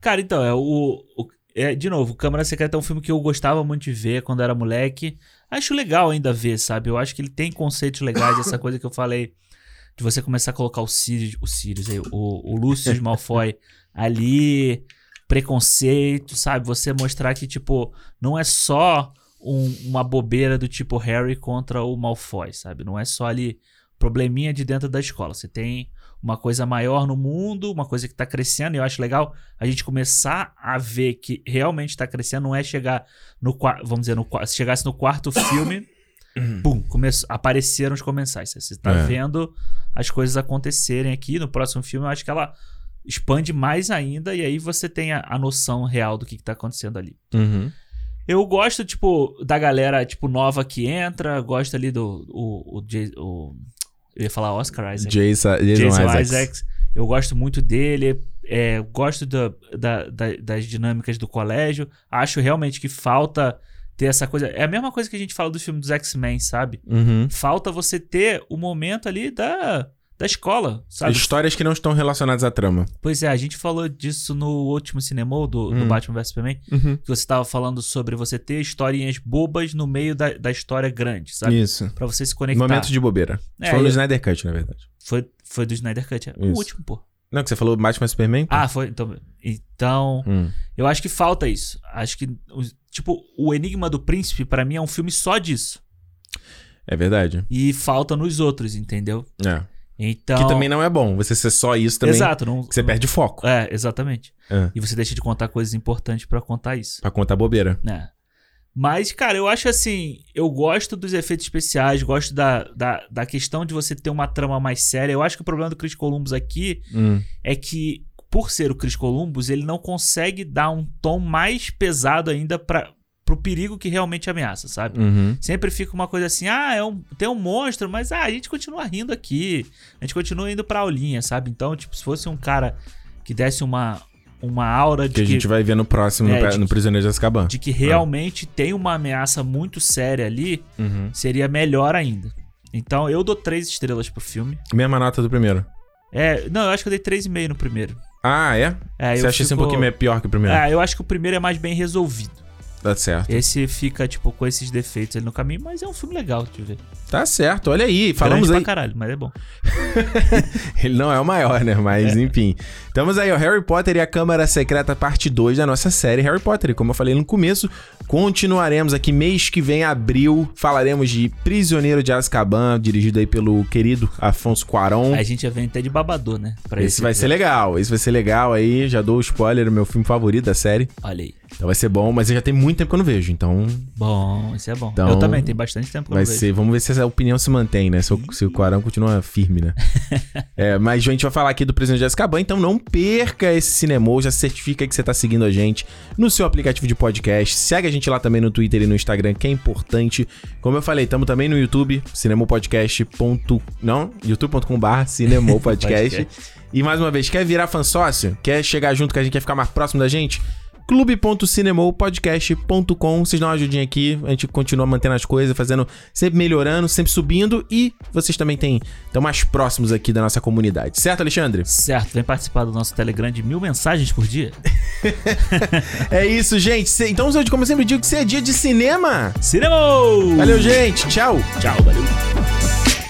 Speaker 2: Cara, então, é o. o- é, de novo, Câmara Secreta é um filme que eu gostava muito de ver quando era moleque. Acho legal ainda ver, sabe? Eu acho que ele tem conceitos legais, essa coisa que eu falei de você começar a colocar o Sirius, o Sirius, aí, o, o Lúcio Malfoy ali, preconceito, sabe? Você mostrar que, tipo, não é só um- uma bobeira do tipo Harry contra o Malfoy, sabe? Não é só ali probleminha de dentro da escola. Você tem uma coisa maior no mundo, uma coisa que tá crescendo, e eu acho legal a gente começar a ver que realmente tá crescendo, não é chegar no qua- vamos dizer, no, qua- se chegasse no quarto filme, pum, começou, apareceram os comensais. Você tá
Speaker 1: É.
Speaker 2: vendo as coisas acontecerem aqui, no próximo filme eu acho que ela expande mais ainda, e aí você tem a, a noção real do que, que tá acontecendo ali.
Speaker 1: Uhum.
Speaker 2: Eu gosto, tipo, da galera, tipo, nova que entra. Gosto ali do. O, o, Jay- o- eu ia falar Oscar Isaac.
Speaker 1: Jason, Jason,
Speaker 2: Jason
Speaker 1: Isaacs.
Speaker 2: Isaacs. Eu gosto muito dele. é, gosto da- da- da- das dinâmicas do colégio. Acho realmente que falta ter essa coisa. É a mesma coisa que a gente fala do filme dos X-Men, sabe?
Speaker 1: Uhum.
Speaker 2: Falta você ter o momento ali da, da escola, sabe?
Speaker 1: Histórias que não estão relacionadas à trama.
Speaker 2: Pois é, a gente falou disso no último cinema do, do
Speaker 1: Hum.
Speaker 2: Batman vs Superman
Speaker 1: Uhum.
Speaker 2: que você tava falando sobre você ter historinhas bobas no meio da, da história grande, sabe?
Speaker 1: Isso.
Speaker 2: Pra você se conectar.
Speaker 1: Momento de bobeira.
Speaker 2: É,
Speaker 1: Você falou do
Speaker 2: eu-
Speaker 1: Snyder Cut, na verdade.
Speaker 2: Foi, foi do Snyder Cut, é. o
Speaker 1: Isso.
Speaker 2: último, pô.
Speaker 1: Não, que você falou Batman e Superman? pô.
Speaker 2: Ah, foi. Então, então
Speaker 1: Hum.
Speaker 2: eu acho que falta isso. Acho que, os- tipo, o Enigma do Príncipe, pra mim, é um filme só disso.
Speaker 1: É verdade.
Speaker 2: E falta nos outros, entendeu?
Speaker 1: É.
Speaker 2: Então.
Speaker 1: Que também não é bom. Você ser só isso também.
Speaker 2: Exato. Não,
Speaker 1: que Você perde foco
Speaker 2: É, exatamente.
Speaker 1: É.
Speaker 2: E você deixa de contar coisas importantes pra contar isso.
Speaker 1: pra contar bobeira.
Speaker 2: né? Mas, cara, eu acho assim, eu gosto dos efeitos especiais, gosto da, da, da questão de você ter uma trama mais séria. Eu acho que o problema do Chris Columbus aqui
Speaker 1: Hum.
Speaker 2: é que, por ser o Chris Columbus, ele não consegue dar um tom mais pesado ainda para pro perigo que realmente ameaça, sabe?
Speaker 1: Uhum.
Speaker 2: Sempre fica uma coisa assim, ah, é um, tem um monstro, mas ah, a gente continua rindo aqui. A gente continua indo pra aulinha, sabe? Então, tipo, se fosse um cara que desse uma, uma aura de
Speaker 1: Que a gente vai ver no próximo,
Speaker 2: É,
Speaker 1: no,
Speaker 2: de-
Speaker 1: no Prisioneiro de Azkaban.
Speaker 2: de que realmente tem uma ameaça muito séria ali,
Speaker 1: Uhum.
Speaker 2: seria melhor ainda. Então eu dou três estrelas pro filme.
Speaker 1: Mesma nota do primeiro.
Speaker 2: É, não, eu acho que eu dei três e meio no primeiro.
Speaker 1: Ah, é?
Speaker 2: É,
Speaker 1: Você
Speaker 2: eu
Speaker 1: acha esse um
Speaker 2: fico-
Speaker 1: pouquinho meio pior que o primeiro?
Speaker 2: É, eu acho que o primeiro é mais bem é resolvido.
Speaker 1: Tá certo.
Speaker 2: Esse fica, tipo, com esses defeitos ali no caminho, mas é um filme legal de ver.
Speaker 1: Tá certo. Olha aí, falamos
Speaker 2: Grande
Speaker 1: aí.
Speaker 2: pra caralho, mas é bom.
Speaker 1: Ele não é o maior, né? Mas enfim. Estamos aí, ó. Harry Potter e a Câmara Secreta, parte 2 da nossa série Harry Potter. E como eu falei no começo, continuaremos aqui mês que vem, abril. Falaremos de Prisioneiro de Azkaban, dirigido aí pelo querido Afonso Cuarón.
Speaker 2: A gente já vem até de babador, né? Pra
Speaker 1: Um- Esse vai ser legal, esse vai ser legal aí. Já dou o spoiler, meu filme favorito da série.
Speaker 2: Olha aí.
Speaker 1: Então vai ser bom, mas já tem muito tempo que eu não vejo, então
Speaker 2: Bom, esse é bom.
Speaker 1: Então,
Speaker 2: eu também, tem bastante tempo que eu
Speaker 1: Vai
Speaker 2: não vejo.
Speaker 1: ser, vamos ver se essa opinião se mantém, né? Se o, se o Quarão continua firme, né? é, mas a gente vai falar aqui do Prisioneiro de Azkaban, então não perca esse cinema, já certifica que você tá seguindo a gente no seu aplicativo de podcast. Segue a gente lá também no Twitter e no Instagram, que é importante. Como eu falei, estamos também no YouTube, cinemopodcast. Não, youtube.com/barra cinemopodcast. e mais uma vez, quer virar fã sócio? Quer chegar junto com a gente? Quer ficar mais próximo da gente? clube.cinemopodcast.com. Vocês dão uma ajudinha aqui, a gente continua mantendo as coisas, fazendo, sempre melhorando, sempre subindo e vocês também têm, estão mais próximos aqui da nossa comunidade. Certo, Alexandre?
Speaker 2: Certo, vem participar do nosso Telegram de mil mensagens por dia.
Speaker 1: É isso, gente. Se- Então, hoje, como eu sempre digo, que se é dia de cinema.
Speaker 2: Cinema!
Speaker 1: Valeu, gente. Tchau.
Speaker 2: Tchau, valeu.